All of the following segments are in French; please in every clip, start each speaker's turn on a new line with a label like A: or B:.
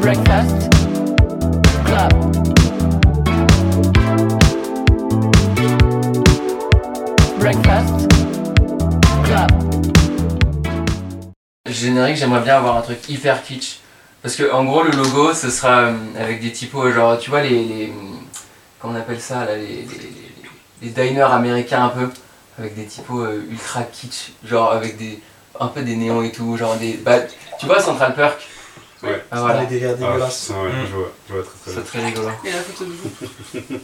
A: Breakfast Club. Breakfast Club.
B: Générique, j'aimerais bien avoir un truc hyper kitsch. Parce que en gros, le logo, ce sera euh, avec des typos, genre, tu vois, les. les comment on appelle ça, là, les, les, les- les diners américains un peu. Avec des typos euh, ultra kitsch, genre avec des. un peu des néons et tout, genre des. Bah, tu vois Central Perk
C: Ouais.
B: Ah, voilà,
D: des délires dégueulasses.
C: putain, ouais,
D: Mm.
C: je vois, je vois très très
B: c'est
C: bien.
B: très rigolo.
E: Et la photo de vous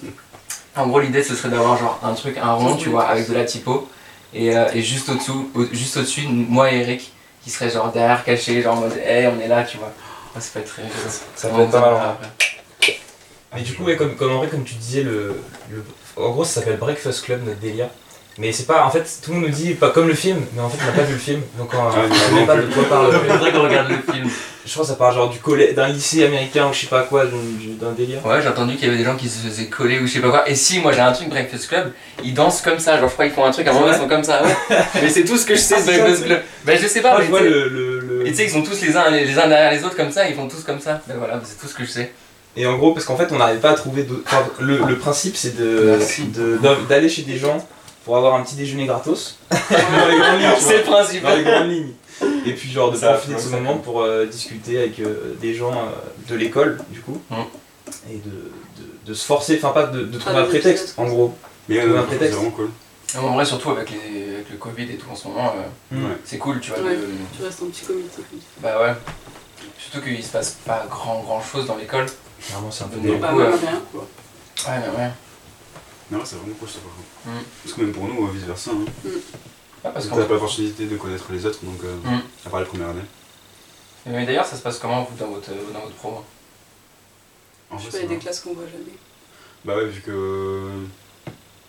B: En gros, l'idée, ce serait d'avoir genre un truc, un rond, tu vois, avec de la typo. Et, euh, et juste au-dessous, au- juste au-dessus, moi et Eric, qui serait genre derrière caché, genre en mode, hey, on est là, tu vois. Ouais, ça peut être très rigolo.
D: Ça
B: On
D: peut être pas mal.
B: verra
D: hein.
B: après.
D: Mais du coup, ouais, comme, comme Henri, comme tu disais, le, le- en gros, ça s'appelle Breakfast Club, notre délire. Mais c'est pas, en fait, tout le monde nous dit, pas comme le film, mais en fait, on n'a pas vu le film, donc on
C: Ah,
D: ne
C: non,
D: sait
C: non
D: même pas
C: plus.
D: de quoi parle.
B: Il faudrait qu'on regarde le film.
D: Je crois que ça parle genre du collège, d'un lycée américain ou je sais pas quoi, d'un d'un délire.
B: Ouais, j'ai entendu qu'il y avait des gens qui se faisaient coller ou je sais pas quoi. Et si, moi j'ai un truc Breakfast Club, ils dansent comme ça. Genre, je crois qu'ils font un truc, à un moment ils sont comme ça. Ouais. mais c'est tout ce que je sais de Breakfast Club. Bah, je sais pas,
D: Ah,
B: mais
D: je vois
B: tu sais-
D: le, le- le-
B: Et tu sais, ils sont tous les uns, les uns derrière les autres comme ça, ils font tous comme ça. Bah, voilà, c'est tout ce que je sais.
D: Et en gros, parce qu'en fait, on n'arrive pas à trouver d'autres. enfin, le, le principe, c'est de
B: Merci.
D: de- d'av- d'aller chez des gens pour avoir un petit déjeuner gratos. dans les grandes lignes, tu vois.
B: C'est le principe.
D: Dans les grandes lignes. Et puis, genre, de
C: Ça,
D: profiter de ce
C: ça,
D: moment pour euh, discuter avec euh, des gens euh, de l'école, du coup.
B: Mm.
D: Et de, de- de se forcer, enfin, pas de, de trouver
E: Ah,
D: un
E: oui,
D: prétexte,
E: c'est-
D: en gros.
C: Mais
D: Trouver
C: euh,
D: un
C: non, c'est
D: prétexte.
C: vraiment cool.
B: En vrai, surtout avec, les, avec le Covid et tout en ce moment, euh,
D: Mm.
C: Ouais.
B: c'est cool, tu vois.
E: Ouais.
B: de-
E: Tu restes un petit comité.
B: bah ouais. Surtout qu'il se passe pas grand grand chose dans l'école.
D: Vraiment, c'est un peu
B: Non.
D: délire.
E: Bah,
B: Ouais.
E: même rien quoi.
B: Ouais, mais ouais.
C: Non, c'est vraiment cool ça par contre.
B: Mm.
C: Parce que même pour nous, vice versa, hein,
B: Ah, parce qu'on
C: t'as pas l'opportunité de connaître les autres, donc euh,
B: Mm.
C: à part les premières années.
B: Mais d'ailleurs, ça se passe comment vous dans votre, dans votre promo
C: En
E: Je sais
B: bah,
C: fait,
E: pas, il y
C: c'est
E: a des
C: marrant.
E: classes qu'on voit jamais.
C: Bah ouais, vu que. euh,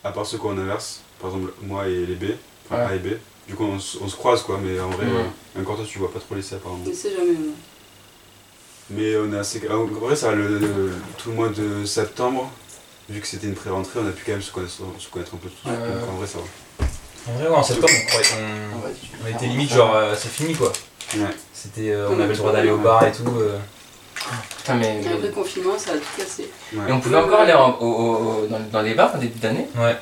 C: à part ceux qu'on inverse, par exemple moi et les B, enfin
B: Ouais.
C: A et B, du coup on, se- on se croise quoi, mais en vrai,
B: Mm.
C: euh, encore toi tu vois pas trop les lycées apparemment.
E: Mais c'est jamais moi.
C: Mais on est assez. En vrai, ça, le, le- tout le mois de septembre, vu que c'était une pré-rentrée, on a pu quand même se connaître, se connaître un peu tous.
B: Ouais, ouais,
C: Donc en vrai, ça va.
D: En vrai, ouais, en septembre, on, croyait- on- on était limite, genre, euh, c'est fini, quoi.
C: Ouais.
D: C'était, euh, on avait le droit d'aller au bar et tout. euh.
B: Putain, mais.
E: Et après le confinement, ça a tout cassé.
B: Et on pouvait encore aller en- au- au- au- dans, dans les bars en début d'année
D: Ouais.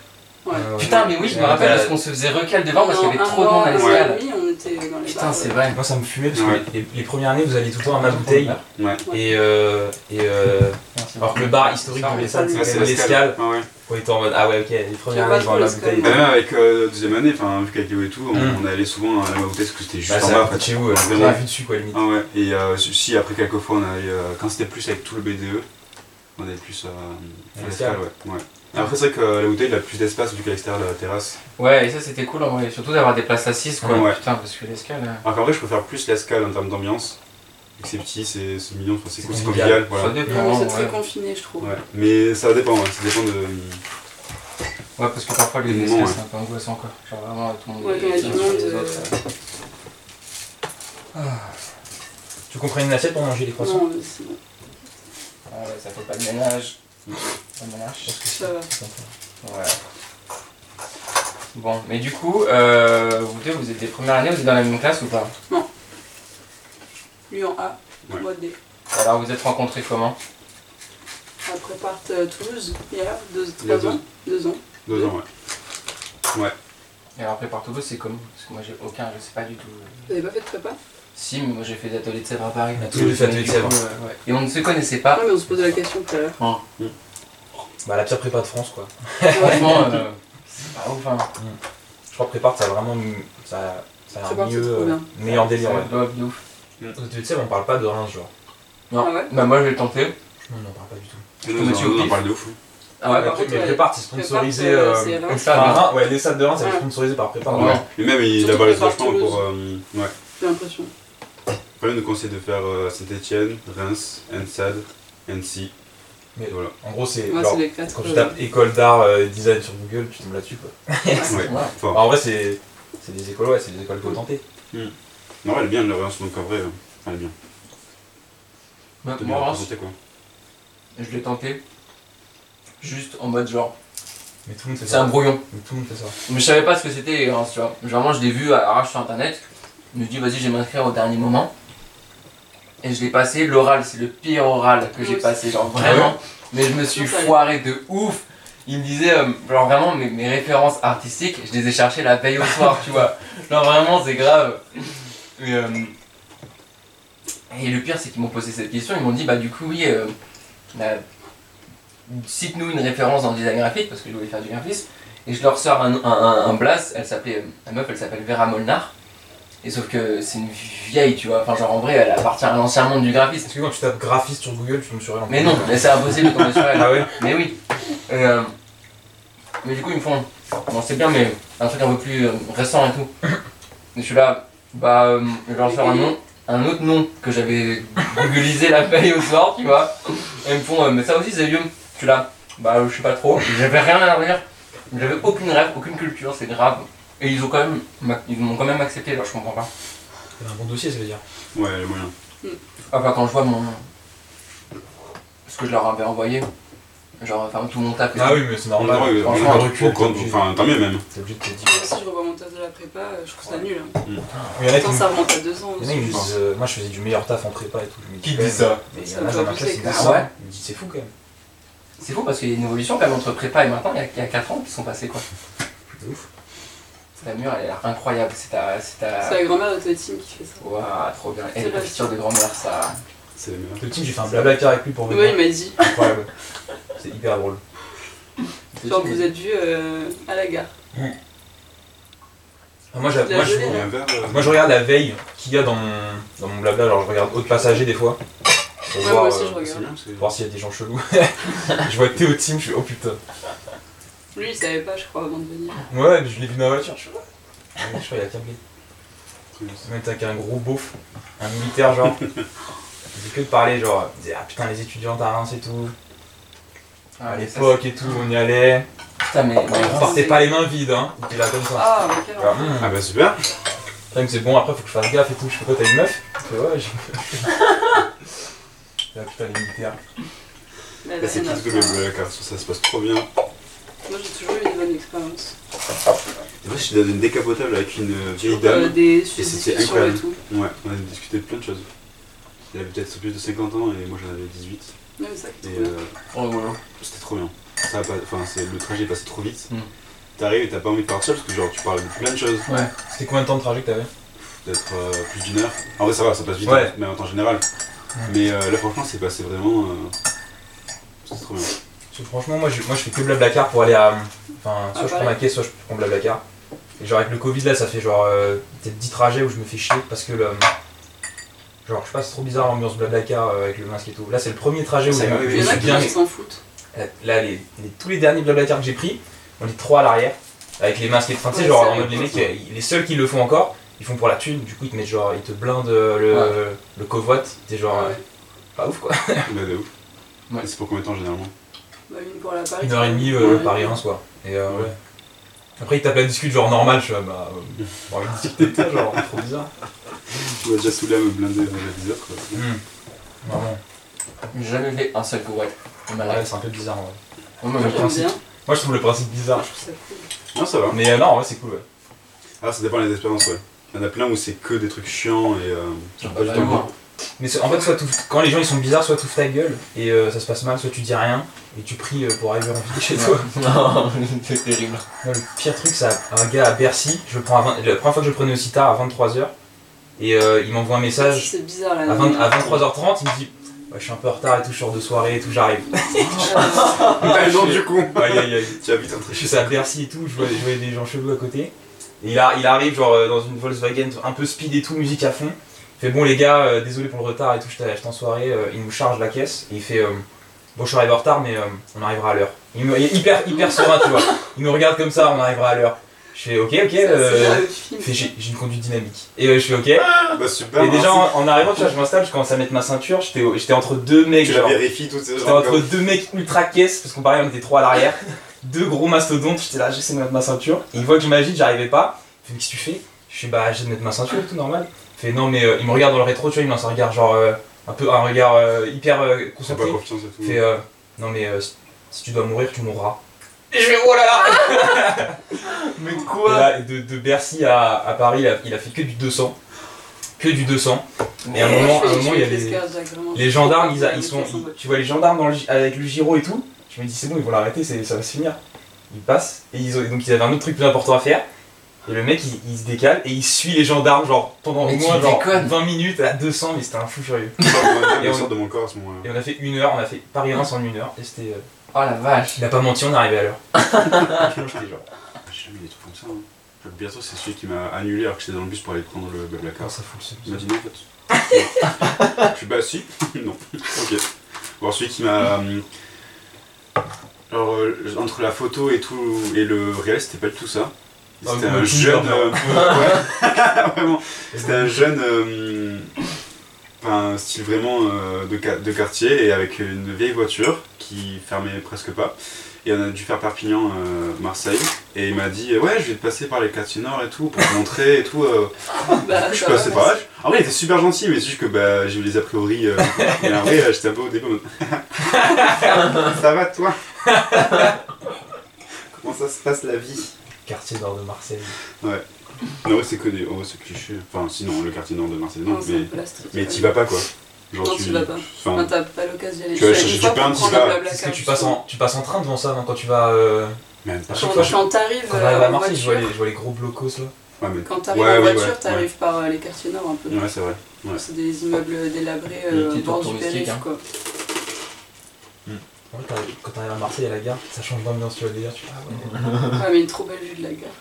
E: Ouais.
D: Euh,
B: Putain, mais oui, je me
D: Ouais,
B: rappelle
D: bah,
B: parce qu'on se faisait recal devant parce qu'il y avait
E: Pendant
B: trop
E: un
B: de monde
E: mois,
B: à
E: un
B: l'escale.
E: mois et demi, on était dans les
B: Putain,
E: bars,
B: c'est
E: ouais.
B: vrai. Bah,
D: Moi, ça me fumait parce
C: Ouais.
D: que les, les premières années, vous alliez tout le temps à ma bouteille.
C: Ouais.
D: Et, euh, et euh,
B: Merci.
D: alors que le bar historique
B: Ça,
D: de
B: on
D: Messal,
E: salue.
C: Ça,
D: c'est
C: c'est
D: l'escale.
C: l'escale. Ah ouais.
D: On était en mode ah ouais, ok, les premières
E: Tu
D: années, je
E: vas
D: vais à ma
E: trop
D: bouteille.
C: Bah, même avec euh, la deuxième année, enfin, vu qu'avec Léo et tout, on,
D: Mm.
C: on allait souvent à la Mauvaise parce que c'était juste
D: Bah,
C: en
D: c'est
C: bas.
D: à
C: en fait.
D: côté de chez vous, euh,
C: Ouais.
D: j'ai rien vu dessus quoi, limite.
C: Ah ouais, et euh, si après quelques fois on allait, euh, quand c'était plus avec tout le BDE, on allait plus à, à
D: À
C: l'escale, ouais. ouais. Après c'est vrai que euh, la bouteille il a plus d'espace vu qu'à l'extérieur de la terrasse.
B: Ouais, et ça c'était cool en vrai, surtout d'avoir des places assises quoi.
C: Ouais.
B: Putain, parce que l'escale. euh,
C: Alors qu'en vrai je préfère plus l'escale en termes d'ambiance, vu que c'est petit, c'est c'est mignon, enfin, c'est
D: C'est
C: cool, c'est convivial,
D: convivial.
B: Ça
C: voilà.
E: Ah
B: dépend.
E: oui, c'est
B: Ouais.
E: très confiné, je trouve.
C: Ouais. Mais ça dépend, ouais, ça dépend de...
B: Ouais, parce que parfois les
C: Bon,
B: escales
C: ouais.
B: c'est un peu angoissant quoi. Genre vraiment tout le monde.
E: Ouais,
B: est-
E: quand il y a
B: les uns
E: du
B: sur
E: monde,
B: les
E: euh,
B: autres, euh.
D: Tu comprends une assiette pour manger les croissants
E: Non, mais c'est bon,
B: Ah ouais, ça fait pas de ménage. Pas de ménage.
E: ça va.
B: Ouais. Bon, mais du coup, euh, vous deux, vous êtes des premières années, vous êtes dans la même classe ou pas
E: Lui en A,
C: Ouais.
E: moi D.
B: Alors vous êtes rencontrés comment
E: Après part euh, Toulouse, il y a deux,
C: Il y a
E: trois ans, deux ans.
C: Deux ans, ouais.
B: Et alors prépare tous c'est comment Parce que moi j'ai aucun, je sais pas du tout.
E: Vous avez pas fait de prépa Ouais,
B: Si, mais moi j'ai fait des ateliers de Sèvres à Paris.
D: On a tous les fait
B: Mais
D: Ah, ateliers de
B: du
D: Sèvres.
B: coup, euh, ouais. Et on ne se connaissait pas.
E: Ah, mais on se posait la question tout à l'heure.
D: Bah, la pire prépa de France quoi.
E: Ouais.
B: Franchement, euh, c'est pas ouf. Hein.
D: Je crois que prépare, ça a vraiment. m- Ça, ça a
E: Prépare,
D: l'air
E: c'est
D: mieux.
E: trop
D: euh,
E: bien.
D: Meilleur délire,
B: Ça
D: ouais.
B: doit être de ouf.
D: Tu sais, on parle pas de Reims, genre.
B: Non,
E: Ah ouais
B: bah moi je vais tenter.
D: Non, on en parle pas du tout.
C: Nous,
B: me suis
C: on- nous, on
B: oublié.
C: parle de ouf. hein.
B: Ah
E: par
B: ouais,
D: mais
E: contre,
D: mais
E: ouais,
D: prépare, c'est
E: Prépa,
D: sponsorisé.
E: euh,
D: euh,
E: c'est là.
B: Comme
D: par
B: ça,
D: Reims. ouais, les salles de Reims, elles sont
E: Ouais.
D: sponsorisées par prépa.
B: Ouais.
C: Et même il
E: Surtout
C: a parlé
E: qu'il part
C: franchement pour...
E: Toulouse.
C: euh, ouais.
E: J'ai l'impression.
C: Après, il nous conseille de faire euh, Saint-Etienne, Reims, NSAD, NC.
D: Mais-
C: Et voilà.
D: En gros, c'est.
E: Moi,
D: genre,
E: c'est les quatre.
D: Quand tu
E: euh,
D: tapes école d'art euh, design sur Google, tu tombes là-dessus quoi.
C: Ouais.
B: Ouais.
C: Enfin,
D: Bah, en vrai, c'est c'est des écoles, ouais, c'est des écoles potentées.
C: Non, elle est bien, la relance, donc en vrai, euh, elle est bien.
B: Bah,
C: Elle est bien
B: moi, Reims,
C: représentée, quoi.
B: je l'ai tenté. Juste en mode genre,
D: Mais tout le monde fait
B: c'est un
D: ça.
B: brouillon.
D: Mais tout le monde fait ça.
B: Mais je savais pas ce que c'était hein, les Reims, tu vois. Généralement, je l'ai vu à l'arrache sur internet. Je me dis, vas-y, je vais m'inscrire au dernier moment. et je l'ai passé. L'oral, c'est le pire oral que j'ai
E: Oui.
B: passé, genre vraiment. Mais je me suis
E: Ça, ça-
B: foiré de ouf. Il me disait, euh, genre vraiment, mes, mes références artistiques, je les ai cherchées la veille au soir, tu vois. Genre vraiment, c'est grave. Et, euh, et le pire, c'est qu'ils m'ont posé cette question. Ils m'ont dit, bah du coup, oui, euh, bah, cite-nous une référence dans le design graphique, parce que je voulais faire du graphisme. Et je leur sors un, un, un- un blast. Elle s'appelait, la meuf, elle s'appelle Vera Molnar. Et sauf que c'est une vieille, tu vois. Enfin, genre en vrai, elle appartient à l'ancien monde du graphisme.
D: Est-ce que quand tu tapes graphiste sur Google, tu tombes sur rien
B: Mais non, mais c'est impossible de tomber sur elle.
D: Ah ouais
B: Mais oui. Et, euh, mais du coup, ils me font. Bon, c'est bien, mais un truc un peu plus euh, récent et tout. Et je suis là, bah, euh, je vais leur faire un nom, un autre nom que j'avais googlisé la veille au soir, tu vois. Et ils me font, euh, mais ça aussi, c'est vieux. Je suis là, bah, je sais pas trop. J'avais rien à leur dire. J'avais aucune rêve, aucune culture, c'est grave. Et ils ont quand même, m'ac- ils m'ont quand même accepté, alors je comprends pas.
D: Il y a un bon dossier, ça veut dire.
C: Ouais, le moyen.
B: Ah bah quand je vois mon... Ce que je leur avais envoyé, genre enfin tout mon taf et tout.
D: Ah oui, mais c'est normal.
C: Ouais, on
B: franchement, un
C: a un
D: recul,
C: recul,
D: t'es obligé.
C: enfin tant mieux même.
D: T'es obligé de te dire.
E: Moi, si je revois mon taf de la prépa, euh, je trouve ça nul. hein.
D: Il y en a qui
E: Pourtant,
D: me-
E: ça remonte à deux ans.
D: il y en a qui me
E: c'est
D: disent, euh, moi je faisais du meilleur taf en prépa et tout. Je me dis,
F: Qui
D: ouais,
F: te dit ça
D: Mais il y
E: C'est
D: en a
E: un
D: dans
E: peu
D: ma classe,
E: poussé,
D: ils
E: quoi.
D: disent
B: Ah ouais
D: ça. Ils me disent, c'est fou quand même.
B: C'est fou parce qu'il y a une évolution quand même entre prépa et maintenant, il y a- il y a 4 ans qui sont passés quoi.
D: C'est ouf.
B: La mur elle a l'air incroyable, c'est ta... C'est ta...
E: la grand-mère de Totim qui fait ça.
B: Waouh, trop bien. Et
E: C'est
B: les
E: vrai.
B: confitures de grand-mère ça...
C: C'est les meilleurs.
D: Le team, j'ai fait un blabla car avec lui pour
E: Ouais, il
D: venir.
E: m'a dit.
D: Incroyable. C'est hyper drôle.
E: Genre, vous êtes vus euh, à la gare.
D: Ah, Moi, j'a-
E: Il a
D: moi, je,
E: gelé,
C: Il y a un verre. euh,
D: moi, je regarde la veille qu'il y a dans mon, dans mon blabla. Alors je regarde Autre Passager des fois. Pour
E: Ouais, moi aussi, je regarde.
C: C'est bien, c'est.
D: pour voir s'il y a des gens chelous. je vois Théo Team, je suis oh putain.
E: Lui, il savait pas, je crois, avant de venir.
D: Ouais, mais je l'ai vu dans la voiture, je suis ouais. Je crois qu'il a câblé. On était avec un gros beauf, un militaire genre. Il faisait que de parler genre, il disait ah putain les étudiants à Reims et tout,
B: Ah,
D: à l'époque et tout, on y allait,
B: Putain mais... mais
D: on
B: vraiment,
D: partait pas les mains vides hein, il était là comme ça.
E: Ah, mais quel
D: Genre,
E: enfer.
D: Hum,
C: Ah bah super.
D: putain, mais c'est bon après faut que je fasse gaffe et tout, je fais quoi t'as une meuf Je fais ouais j'ai Ah putain les militaires.
E: Mais
C: Bah, C'est
E: elle a-
C: plus que le la carte, ça se passe trop bien.
E: Moi, j'ai toujours eu des bonnes expériences.
C: Et moi, je suis dans une décapotable avec une euh, vieille
E: Euh,
C: dame.
E: des
C: Et c'était
E: discussions et
C: incroyable.
E: tout.
C: Ouais, on a discuté de plein de choses. Il avait peut-être plus de 50 ans et moi j'en avais 18.
E: Ouais, mais ça, c'est
C: Et
E: trop bien.
C: euh,
B: Oh, voilà.
C: c'était trop bien. Ça a pas- Enfin, c'est- le trajet est passé trop vite.
B: Mm.
C: T'arrives et t'as pas envie de partir parce que genre tu parles de plein de choses.
D: C'était combien de temps de trajet que t'avais
C: D'être euh, plus d'une heure. En vrai, ça va, ça passe vite, hein,
D: Ouais. Mm.
C: mais en temps général. Mais euh, là, franchement, c'est passé vraiment. euh, C'était trop bien.
D: Parce que franchement moi je, moi je fais que Blablacar pour aller à... Enfin soit
E: Ah,
D: je prends
E: pareil.
D: ma caisse, soit je prends Blablacar. Et genre avec le Covid là ça fait genre euh, des petits trajets où je me fais chier parce que le... Genre je passe trop bizarre l'ambiance Blablacar euh, avec le masque et tout. Là c'est le premier trajet où
C: Ça
D: les-
C: m'arrive,
D: je
E: Il y en a
D: suis
E: qui
D: bien...
E: ils s'en foutent.
D: Euh, Là les, les- tous les derniers Blablacar que j'ai pris, on est trois à l'arrière avec les masques et enfin, tu sais
E: Ouais,
D: genre
E: c'est
D: en mode les mecs, euh, ils- les seuls qui le font encore, ils font pour la thune, du coup ils te mettent genre, ils te blindent euh, le, le covoit, t'es genre... euh,
E: Ouais.
D: Pas ouf quoi.
C: Bah, de ouf.
B: Ouais.
C: Et C'est pour combien de temps généralement
E: Bah, une pour la Paris.
D: Une heure et demie, euh,
E: Ouais.
D: Paris 1 quoi. Et euh,
C: Ouais.
D: ouais. Après, il tape la discute genre normal, je suis là, bah. Euh, bon, la discute de ça, genre, trop bizarre.
C: Tu vas déjà saouler à me blinder euh, la viseur quoi.
D: Hum. Vraiment.
B: J'ai jamais fait un seul go-wild. On m'a
D: Ouais,
B: l'air.
D: Ah, c'est un peu bizarre, ouais.
B: Oh, mais-
E: Moi,
D: Ouais.
E: j'aime bien.
D: Moi, je trouve le principe bizarre.
E: Je trouve ça cool.
C: Non, ça va.
D: Mais euh, non, ouais, c'est cool, ouais.
C: Ah, ça dépend des expériences, ouais. Il y en a plein où c'est que des trucs chiants et. Euh,
B: Ah,
C: pas du
B: bah,
C: tout.
B: moi.
D: Mais c'est- en fait, soit tout, quand les gens ils sont bizarres, soit tu ta gueule et euh, ça se passe mal, soit tu dis rien et tu pries euh, pour arriver en vie chez toi.
B: Non, c'est terrible.
D: Moi, le pire truc, c'est un gars à Bercy, je le prends à 20 la première fois que je le prenais aussi tard, à 23h, et euh, il m'envoie un message.
E: C'est bizarre là.
D: À, 20 à 23h30, il me dit Ouais, Je suis un peu en retard et tout, je sors de soirée et tout, j'arrive.
C: Ah non, du coup
D: Aïe aïe aïe.
C: Tu habites un
D: Je
C: truc.
D: suis à Bercy et tout, je vois, je vois des gens chelous à côté. Et il, a- il arrive genre euh, dans une Volkswagen un peu speed et tout, musique à fond. Il fait bon les gars, euh, désolé pour le retard et tout, je t'ai acheté en soirée, Euh, il nous charge la caisse et il fait euh, bon je suis arrivé en retard mais euh, on arrivera à l'heure. Il, me- il est hyper hyper serein tu vois, il nous regarde comme ça, on arrivera à l'heure. Je fais ok ok,
E: C'est
D: euh,
E: le
D: il
E: film.
D: fait, j'ai j'ai une conduite dynamique. Et euh, je fais ok.
C: Bah super
D: et déjà
C: hein,
D: en, en arrivant tu vois je m'installe, je commence à mettre ma ceinture, j'étais au- j'étais entre deux mecs
C: Tu la
D: genre.
C: vérifies toutes ces
D: J'étais entre deux mecs ultra caisses, parce qu'on parlait, on était trois à l'arrière. Deux gros mastodontes, j'étais là, j'essaie de mettre ma ceinture. Et il voit que j'imagine, j'arrivais pas. Il fait, mais qu'est-ce que tu fais Je fais, bah, j'essaie de mettre ma ceinture, tout normal. Il fait, non, mais euh, il me regarde dans le rétro, tu vois, il me lance un regard, genre, euh, un peu, un regard euh, hyper euh,
C: T'as
D: concentré.
C: pas confiance et tout.
D: Il fait, euh, non, mais euh, si- si tu dois mourir, tu mourras. Et je fais, oh là là
F: Mais
D: Et là, de, de Bercy à, à Paris, il a, il a fait que du 200. que du 200. Et à un moment, à un moment, il y a les, les gendarmes, ils, a- ils sont, ils- tu vois les gendarmes dans le gi- avec le giro et tout. Je me dis c'est bon, ils vont l'arrêter, c'est- ça va se finir. Ils passent et ils ont- et donc ils avaient un autre truc plus important à faire. Et le mec, il, il se décale et il suit les gendarmes genre pendant
B: Mais
D: au moins
B: tu
D: genre
B: déconnes.
D: 20 minutes à 200, mais c'était un fou furieux.
C: Il
D: euh, Et
C: sort de mon corps à ce moment-là.
D: Et on a fait une heure, on a fait Paris-Reims en une heure et c'était. euh,
B: Oh la vache.
D: il a pas menti, on est arrivé à l'heure. Franchement, j'étais genre.
C: J'ai Ah, jamais eu des trucs comme ça. hein. Je- Bientôt, c'est celui qui m'a annulé alors que j'étais dans le bus pour aller prendre le Blablacar.
D: ça fout le seum.
C: Il m'a dit non, en fait. Je suis bah si, non. Ok. Bon, celui qui m'a. hum, Alors, euh, entre la photo et tout et le réel, c'était pas du tout ça.
D: Ah,
C: C'était
D: oui,
C: un
D: oui,
C: jeune.
D: oui.
C: euh, ouais. vraiment. C'était un jeune. euh, un style vraiment euh, de, qua- de quartier et avec une vieille voiture qui fermait presque pas. Et on a dû faire Perpignan, euh, Marseille. Et il m'a dit Ouais, je vais passer par les quartiers nord et tout pour te montrer et tout. euh,
E: Ah,
C: je suis passé par là. En vrai, il était Ah super gentil, mais c'est juste que bah, j'ai eu les a priori. Euh, et en vrai, euh, j'étais un peu au début. en mode, ça va, toi Comment ça se passe la vie
D: Quartier nord de Marseille.
C: Non, ouais, c'est que des. Oh, c'est cliché. Enfin, sinon, le quartier nord de Marseille, non, mais, mais t'y
E: tu
C: vas pas, quoi. Genre,
E: Non,
C: tu
E: t'y vas pas.
C: Enfin,
E: Enfin, t'as pas l'occasion d'y aller.
C: Tu vas
E: Je suis allée une
C: chercher du pain,
E: fois pour
C: t'y
E: prendre
C: vas.
E: le Blablacar,
D: Est-ce que tu
E: justement.
D: passes en, tu passes en train devant ça non, quand tu vas. euh,
C: même pas.
D: Sur-
C: sûr.
D: fois,
E: Quand, quand t'arrives
D: Quand t'arrives
E: euh,
D: à
E: en
D: Marseille, je vois, les,
E: voiture,
D: je vois les gros blocos là.
C: Ouais, mais.
E: quand t'arrives
C: Ouais,
E: en
C: ouais,
E: voiture,
C: ouais,
E: t'arrives par euh, les quartiers nord un peu.
C: Ouais, c'est vrai. ouais.
E: C'est des immeubles délabrés
B: Il
E: euh,
B: était
E: au bord
B: tout
E: du
B: touristique,
E: périph'
B: hein.
E: quoi.
D: En fait, t'arrives- quand t'arrives à Marseille à la gare, ça change d'ambiance, tu vois le délire. Tu... fais, Ah, ouais.
E: Ouais, mais une trop belle vue de la gare.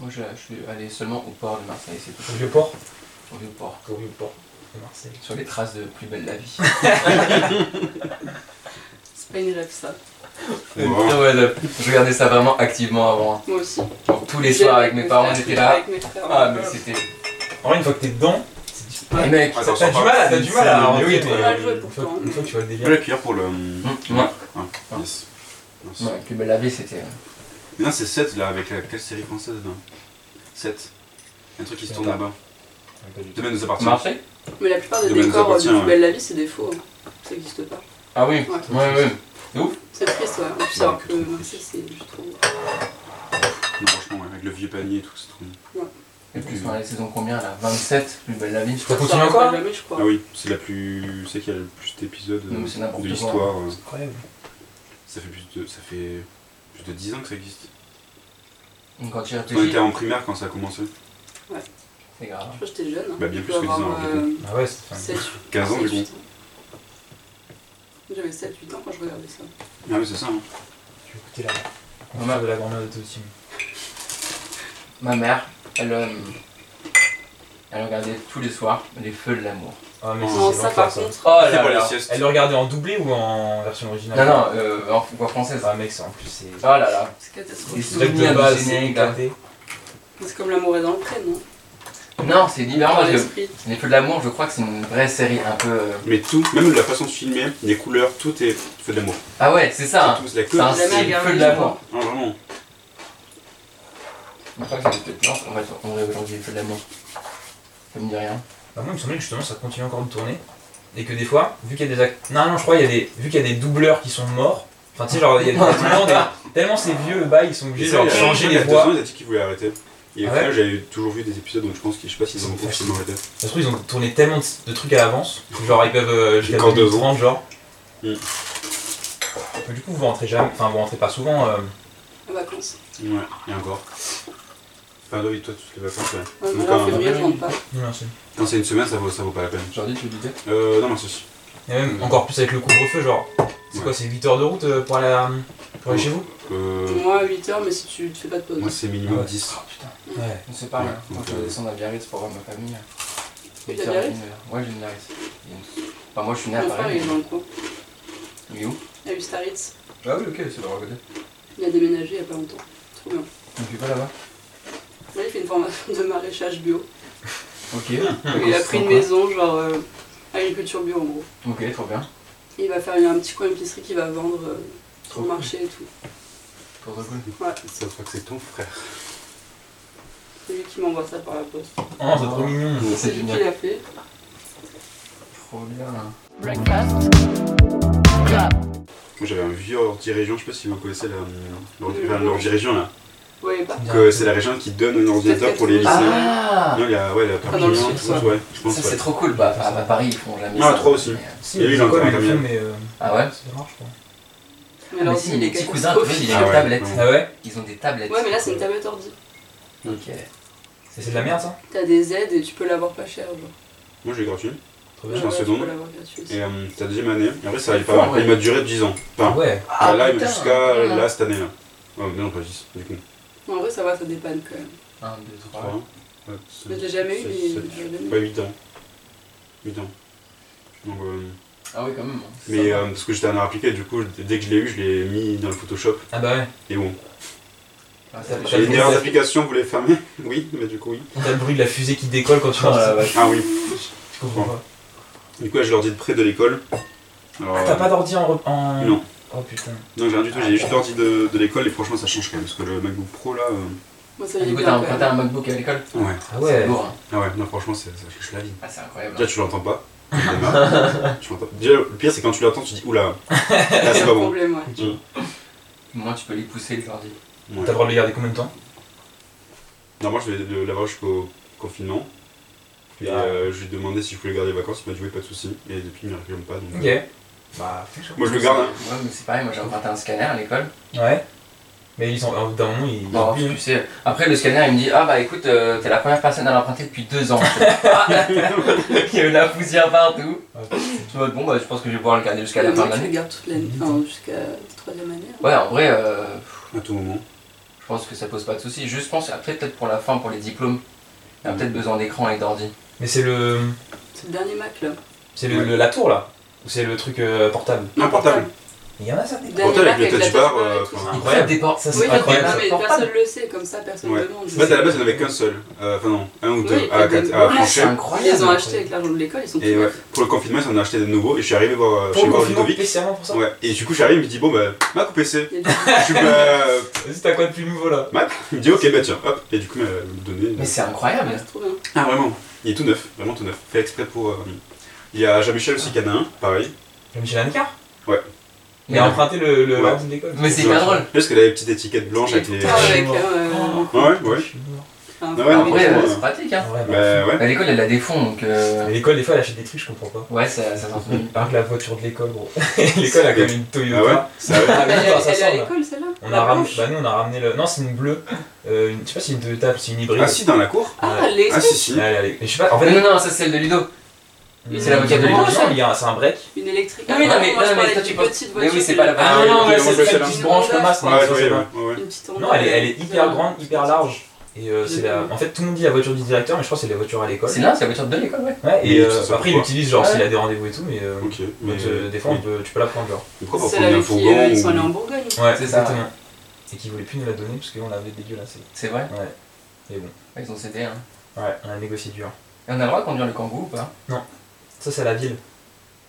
B: Moi je, je suis allé seulement au port de Marseille, c'est tout.
D: Au vieux port
B: Au vieux port.
D: Au vieux port de Marseille.
B: Sur les traces de plus belle la vie.
E: C'est pas une rêve ça.
C: Bon,
B: Ouais, de- je regardais ça vraiment activement avant. hein.
E: Moi aussi.
B: Genre, tous les soirs avec mes parents, on était là.
E: Avec mes frères.
B: Ah, mais c'était.
D: En vrai, une fois que t'es dedans, c'est difficile.
B: Et mec,
C: Attends,
D: T'as
C: sans
D: du mal à- t'as du mal à
C: Mais oui,
D: rentrer,
E: mais-
D: mais, euh,
E: Ah, je vois
D: une fois-
E: pourtant.
D: Une fois que tu vois le
C: Je vais
D: délire.
C: la cuillère pour le. euh,
B: moi.
C: Ah, yes. Merci.
B: Ouais, plus belle la vie, c'était. hein.
C: Mais non, c'est 7 là, avec la... quelle série française là 7. Un truc qui se tourne là-bas. Domaine nous appartient.
B: Marseille
E: Mais la plupart des
C: Domaine
E: décors euh,
C: appartient,
E: du plus
C: ouais.
E: belle la vie, c'est des faux. hein. Ça existe pas.
B: Ah oui,
E: Ouais.
B: ouais, ouais.
E: C'est triste, ouais. En plus, alors que Marseille, c'est juste trop.
C: Non, franchement, ouais, avec le vieux panier et tout, c'est trop bien.
B: Et puis, enfin, la saison combien là 27, plus belle la vie.
D: Ça continue
E: Ça,
D: encore
E: Jamais, je crois.
C: Ah oui, c'est la plus. C'est qu'il y a le plus d'épisodes
B: Non, mais c'est
C: euh,
B: n'importe
C: de
B: quoi.
C: l'histoire. euh,
D: Incroyable.
C: Ça fait plus de. Ça fait plus de 10 ans que ça existe.
B: Donc, Quand tu y
C: On
B: réfléchis,
C: était en primaire quand ça a commencé.
B: c'est grave.
E: Je crois que j'étais jeune. hein.
C: Bah, bien
E: Je
C: plus
E: dois
C: que dix ans,
E: avoir,
C: alors,
E: euh,
D: Ah ouais, c'est enfin,
E: 7,
C: 15 ans du coup.
E: J'avais 7-8 ans quand je regardais ça.
C: Ah oui, c'est ça. hein.
D: tu veux écouter la.
B: Ouais.
D: On parle de la grand-mère de Totim.
B: Ma mère, elle, euh, elle regardait tous les soirs les feux de l'amour.
D: Ah, mais
C: Oh,
E: Non,
D: ça, c'est
E: ça par
D: l'enfer ça.
E: contre.
B: Oh
C: C'est pour les siestes.
D: Elle le regardait en doublé ou en version originale
B: Non, non, euh, en voix française.
D: Ah, mec, c'est- en plus, c'est.
B: Oh là là.
E: C'est
B: Les
E: catastrophique.
D: Jacques
B: souvenirs
D: de
B: du
D: base, c'est
B: générique,
D: éclaté.
E: C'est comme l'amour est dans le pré, non
B: Non, c'est différent
E: Dans
B: parce que
E: l'esprit.
B: les feux de l'amour, je crois que c'est une vraie série un peu. euh,
C: Mais tout, même la façon de filmer, les couleurs, tout est fait de l'amour.
B: Ah ouais, c'est ça. hein.
C: tout, c'est la
B: C'est
C: couleur.
B: un
E: Jamais
B: style
E: regardé,
B: feu de
E: je
B: l'amour.
C: Ah, vraiment.
B: Je crois que c'est peut-être. Non, on va on va aujourd'hui les feux de l'amour. Ça me dit rien.
D: Bah, moi, il me semblait que justement, ça continue encore de tourner. Et que des fois, vu qu'il y a des actes. Non, non, je crois, il y a des... vu qu'il y a des doubleurs qui sont morts. Enfin, tu sais, genre, il y a des- tellement, des- tellement c'est vieux le bail, ils sont obligés de
C: ça,
D: leur
C: il y a-
D: changer
C: il y
D: les
C: a euh, deux
D: voix.
C: ans, Il a dit qu'il voulait arrêter. Et
D: Ah
C: au final,
D: ouais
C: j'avais toujours vu des épisodes, donc je pense que je sais pas s'ils ont
D: Ils sont
C: officiellement arrêté.
D: Ça se trouve, ils ont tourné tellement de- de trucs à l'avance, que genre ils peuvent euh, jusqu'à
C: Encore deux
D: 2030, genre.
C: Mm.
D: Mais du coup, vous rentrez jamais, enfin vous rentrez pas souvent. euh,
E: En vacances.
C: Ouais, et encore. Enfin, oui, toi, toutes les vacances, ouais.
E: Ouais,
C: Donc,
E: voilà, en
C: quand-
E: février, je rentre pas.
D: Non, merci.
C: quand c'est une semaine, ça vaut, ça vaut pas la peine.
B: Aujourd'hui, tu le disais
C: Euh, non, merci.
D: Et même
C: Mm.
D: encore plus avec le couvre-feu, genre. C'est
C: Ouais.
D: quoi, c'est 8 heures de route euh, pour aller, à- pour aller
C: Oh.
D: chez vous
C: Euh,
E: Moi, 8h, mais si tu te fais pas de pause.
C: moi, c'est minimum
D: Ah ouais.
C: 10.
B: Oh putain.
D: Ouais.
B: On sait pas,
C: Ouais,
B: hein. Moi,
C: donc,
B: je vais
C: euh,
B: descendre à Biarritz pour voir ma famille. hein.
E: T'as Ah,
B: Huit heures,
E: Biarritz
B: une heure. Ouais, j'ai une Biarritz. Enfin, moi, je suis né à
E: Mon frère,
B: Paris.
E: il est dans le coin.
B: mais- Mais où
E: Il a eu Staritz.
B: Ah oui, ok, c'est le côté.
E: Il a déménagé il y a pas longtemps. Trop bien.
B: On suis pas là-bas.
E: Là, il fait une formation de maraîchage bio.
B: Ok.
E: Il a pris une maison, genre euh, agriculture bio en gros.
B: Ok, trop bien.
E: Il va faire un petit coin épicerie qu'il va vendre euh, sur
B: Trop
E: le
B: cool.
E: marché et tout.
B: Trop trop cool.
E: Ouais,
C: Ça, je crois que c'est ton frère.
E: c'est lui qui m'envoie ça par la poste.
D: Oh, c'est trop mignon.
E: C'est
B: C'est
E: lui qui
B: génial.
E: l'a fait.
B: Trop bien.
A: Breakfast Club.
C: Moi, j'avais un vieux ordi région, je sais pas si vous connaissez la- euh, l'ordi
E: Le-
C: enfin, l'ordi région là.
E: Vous voyez pas
C: Donc, euh, c'est la région qui donne un ordinateur pour les lycéens.
B: Ah
C: Non, il y a, ouais, la Perpignan,
E: dans le sud,
C: Toulouse,
E: ouais.
C: ouais, je pense,
B: Ça,
C: ouais.
B: c'est trop cool. Bah, à à Paris, ils font jamais
C: Ah,
B: ça.
C: à Troyes aussi.
B: Mais, euh,
D: Si,
C: Et lui,
D: les
C: il a encore
D: écoles,
C: un
D: ils le font,
C: camion.
D: mais euh,
B: Ah ouais
D: ça marche quoi.
E: Mais
B: Ah, mais
E: l'ordi,
B: si,
E: il
B: mes
E: est
B: petits
E: catastrophique.
B: cousins, eux, ils ont
C: Ah
B: des
C: ouais.
B: tablettes.
C: Ouais.
D: Ah ouais
B: Ils ont des tablettes.
E: Ouais, mais là, c'est une tablette ordi.
B: Ok.
D: C'est c'est de la merde ça
E: T'as des aides et tu peux l'avoir pas cher. genre.
C: Moi, j'ai gratuit.
D: Trop
E: Ouais,
D: bien.
C: J'ai un
E: ouais,
C: second.
E: Tu peux l'avoir gratuit.
C: Et euh, c'est la deuxième année. Et en vrai, ça arrive pas mal.
B: Ouais.
C: Il m'a duré 10 ans. Enfin,
D: Ouais.
B: Ah,
C: là,
B: putain.
C: jusqu'à
E: Ouais.
C: là, cette année-là. Oh, mais non, pas 10, du coup.
E: En vrai, ça va, ça dépanne quand même.
B: 1, 2, 3.
C: Trois. Ouais,
E: Je
C: c'est-
E: l'ai jamais eu,
C: c'est-
E: mais je l'ai
C: c'est-
E: jamais eu.
C: Ouais, 8 ans. 8 ans. Donc, euh,
B: Ah oui, quand même. hein. C'est
C: mais
B: sympa.
C: euh, parce que j'étais un art appliqué, du coup, dès que je l'ai eu, je l'ai mis dans le Photoshop.
D: Ah bah ouais.
C: Et bon.
B: Ah, ça,
D: Et
B: j'ai-
C: Les
D: le
C: dernières
D: concept.
C: applications, vous les fermez Oui, mais du coup, oui.
D: T'as le bruit de la fusée qui décolle quand tu
B: Oh la
D: lances.
B: vache.
C: Ah oui.
D: Je comprends pas.
C: Du coup, là, je leur dis de près de l'école. Alors,
D: Ah, t'as pas d'ordi en. re- en-
C: Non.
D: Oh putain.
C: Non, j'ai rien du tout, j'ai juste l'ordi de, de l'école et franchement ça change quand même parce que le MacBook Pro là. euh,
E: Moi, ça y
B: Ah,
E: est
B: Du coup, t'as
E: bien.
B: un, quand
E: quand
B: t'as
E: même.
B: un MacBook à l'école
C: Ouais.
D: Ah
B: C'est
D: ouais.
B: lourd. hein.
C: Ah ouais, non, franchement ça, ça gâche la vie.
B: Ah, c'est incroyable.
C: Déjà tu l'entends pas. tu l'entends. Déjà, le pire c'est quand tu l'entends, tu dis oula, là
E: Il y
C: Ah, c'est
E: a
C: pas
E: un
C: bon.
E: problème, ouais.
B: Au moins, tu peux les pousser, les ordi.
D: T'as
C: Ouais.
D: le droit de le garder combien de temps
C: Non, moi je vais le- l'avoir jusqu'au confinement. Et
D: Ah.
C: euh, je lui ai demandé si je pouvais le garder les vacances, il m'a dit oui, pas de soucis. Et depuis il me réclame pas donc. euh,
D: Ok. Bah,
C: Moi je le garde. hein.
B: Ouais, mais c'est pareil, moi j'ai emprunté un scanner à l'école.
D: Ouais. Mais ils ont. Au bout d'un moment,
C: Bah,
D: ils.
B: Bon, tu sais, après le scanner il me dit Ah bah écoute, euh, t'es la première personne à l'emprunter depuis deux ans. Ah,
C: euh,
B: Il y a eu la poussière partout.
D: Ouais.
B: Tu vois, bon bah je pense que je vais pouvoir le garder jusqu'à la
E: Moi,
B: fin de
E: je le
B: l'année.
E: garde toute l'année.
C: Mmh.
E: Enfin, jusqu'à la troisième année. hein.
B: Ouais, en vrai, euh,
C: À tout moment.
B: je pense que ça pose pas de soucis. Juste, je pense après, peut-être pour la fin, pour les diplômes, il y a peut-être besoin d'écran et d'ordi.
D: Mais c'est le.
E: C'est le dernier Mac, là.
D: C'est le,
C: Ouais.
D: le- la tour là Ou c'est le truc euh, portable
C: Un portable.
D: Il y en a ça des
E: Le
D: gars
E: dernier
C: Portable
E: Mac
C: avec le
E: avec la
C: touch bar.
E: et
C: euh,
E: tout.
C: enfin,
D: c'est
B: Incroyable. Ça dépend, ça
E: Oui,
B: c'est
E: il y en a,
B: incroyable.
E: mais
B: Portable.
E: personne le sait, comme ça, personne
C: Ouais.
E: ne demande.
C: En fait à la base il y en avait qu'un seul. Euh, Enfin non, un ou
E: Oui,
C: deux.
E: il y
C: Ah,
E: a des-
C: quatre. Ah,
E: Ouais,
B: Ouais,
C: franchement.
B: c'est
E: Ils les
B: incroyable.
E: ont achetés avec l'argent de l'école, ils sont
C: Et
E: tous
C: ouais,
E: neufs.
C: pour le confinement, ils en ont acheté de nouveaux et je suis arrivé voir, euh,
D: Pour
C: chez
D: le
C: voir
D: confinement
C: Ludovic.
D: spécialement pour ça
C: Ouais, et du coup, j'arrive, il me dit Bon, bah, Mac ou PC
E: Il y a des-
C: Je suis bah, euh,
D: Vas-y t'as quoi de plus nouveau là
C: Il me dit Ok, bah tiens, hop, et du coup, il m'a donné.
B: Mais c'est
E: Ouais,
B: incroyable.
E: c'est trop bien.
C: Ah, vraiment Il est tout neuf, vraiment tout neuf. Fait exprès pour. euh, Il y a Jean-Michel aussi qui en a un, pareil.
D: Michel Ancar Il
B: Mais,
D: a emprunté le, le
C: Ouais.
D: ordi de l'école
B: mais c'est hyper drôle.
C: Parce qu'elle a les petites étiquettes blanches avec
E: Il est
C: les.
E: tout tard avec
D: Ah, Ouais.
E: euh,
C: Ouais, ouais, ouais.
D: Je suis mort.
E: un-
C: Ah ouais,
B: En
E: un-
C: non,
B: vrai,
C: franchement,
B: euh,
C: euh,
B: c'est pratique. Hein.
D: Ouais, bah,
C: Bah, ouais.
B: Bah, l'école elle a des fonds donc. euh,
D: mais L'école des fois elle achète des trucs je comprends pas.
B: Ouais, ça, ça sort nulle part.
D: Par que la voiture de l'école gros. l'école a quand même une
C: Ah ouais
D: Toyota.
C: Ça va
D: Ah,
E: Elle
D: mais
E: est
D: attends, ça
E: elle est à
D: sort, là.
E: l'école, celle-là
D: On
E: La
D: a ramené.
E: blanche
D: Bah nous on a ramené le. Non c'est une bleue. Euh, une- Je sais pas si c'est une Toyota, c'est une hybride.
C: Ah, si, dans la cour
E: Ah, les
C: Ah, si, si.
D: Ouais, elle, elle est- Mais je sais pas, en fait,
B: non, non, ça c'est celle de Ludo. c'est la voiture de
D: Non,
E: Ludo.
D: non, il y a- c'est un break.
E: Une électrique.
B: Non, mais non,
E: Ah,
B: mais-
E: moi,
B: non,
E: je
B: mais
E: parlais
B: toi,
E: d'une
B: tu penses-
E: petite
B: mais oui,
E: voiture,
B: c'est pas la
E: une-
B: Ah,
C: oui,
D: non,
C: ok,
D: mais
C: on
D: c'est
C: voit
D: celle
C: celle-là.
D: qui se branche comme ça.
C: Ah, Ouais, ouais, ouais, ouais, ouais.
E: Une petite
D: Non, elle est, elle est hyper grande, hyper large. Et euh, c'est la... En fait, tout le monde dit la voiture du directeur, mais je crois que c'est la voiture à l'école.
B: C'est là, c'est la voiture de l'école, ouais.
D: Ouais, et
C: Mais
D: euh,
C: ça sert
D: après,
C: à
D: il
C: quoi
D: l'utilise genre
B: Ouais.
D: s'il a des rendez-vous et tout, mais euh,
C: Ok, mais.
D: donc, euh, des fois, on peut- tu peux la prendre genre.
C: Pourquoi pas
E: Celle
C: prendre un
E: avec qui euh, ils sont allés en
C: fourgon ou-
E: Bourgogne.
D: Ouais,
B: C'est ça,
D: exactement. Et qui voulait plus nous la donner parce qu'on l'avait dégueulassée.
B: C'est vrai.
D: Ouais. Et bon,
B: Ouais, Ils ont cédé, hein.
D: ouais, on a négocié dur.
B: Et on a le droit de conduire le kangou ou pas
D: Ça, c'est à la ville.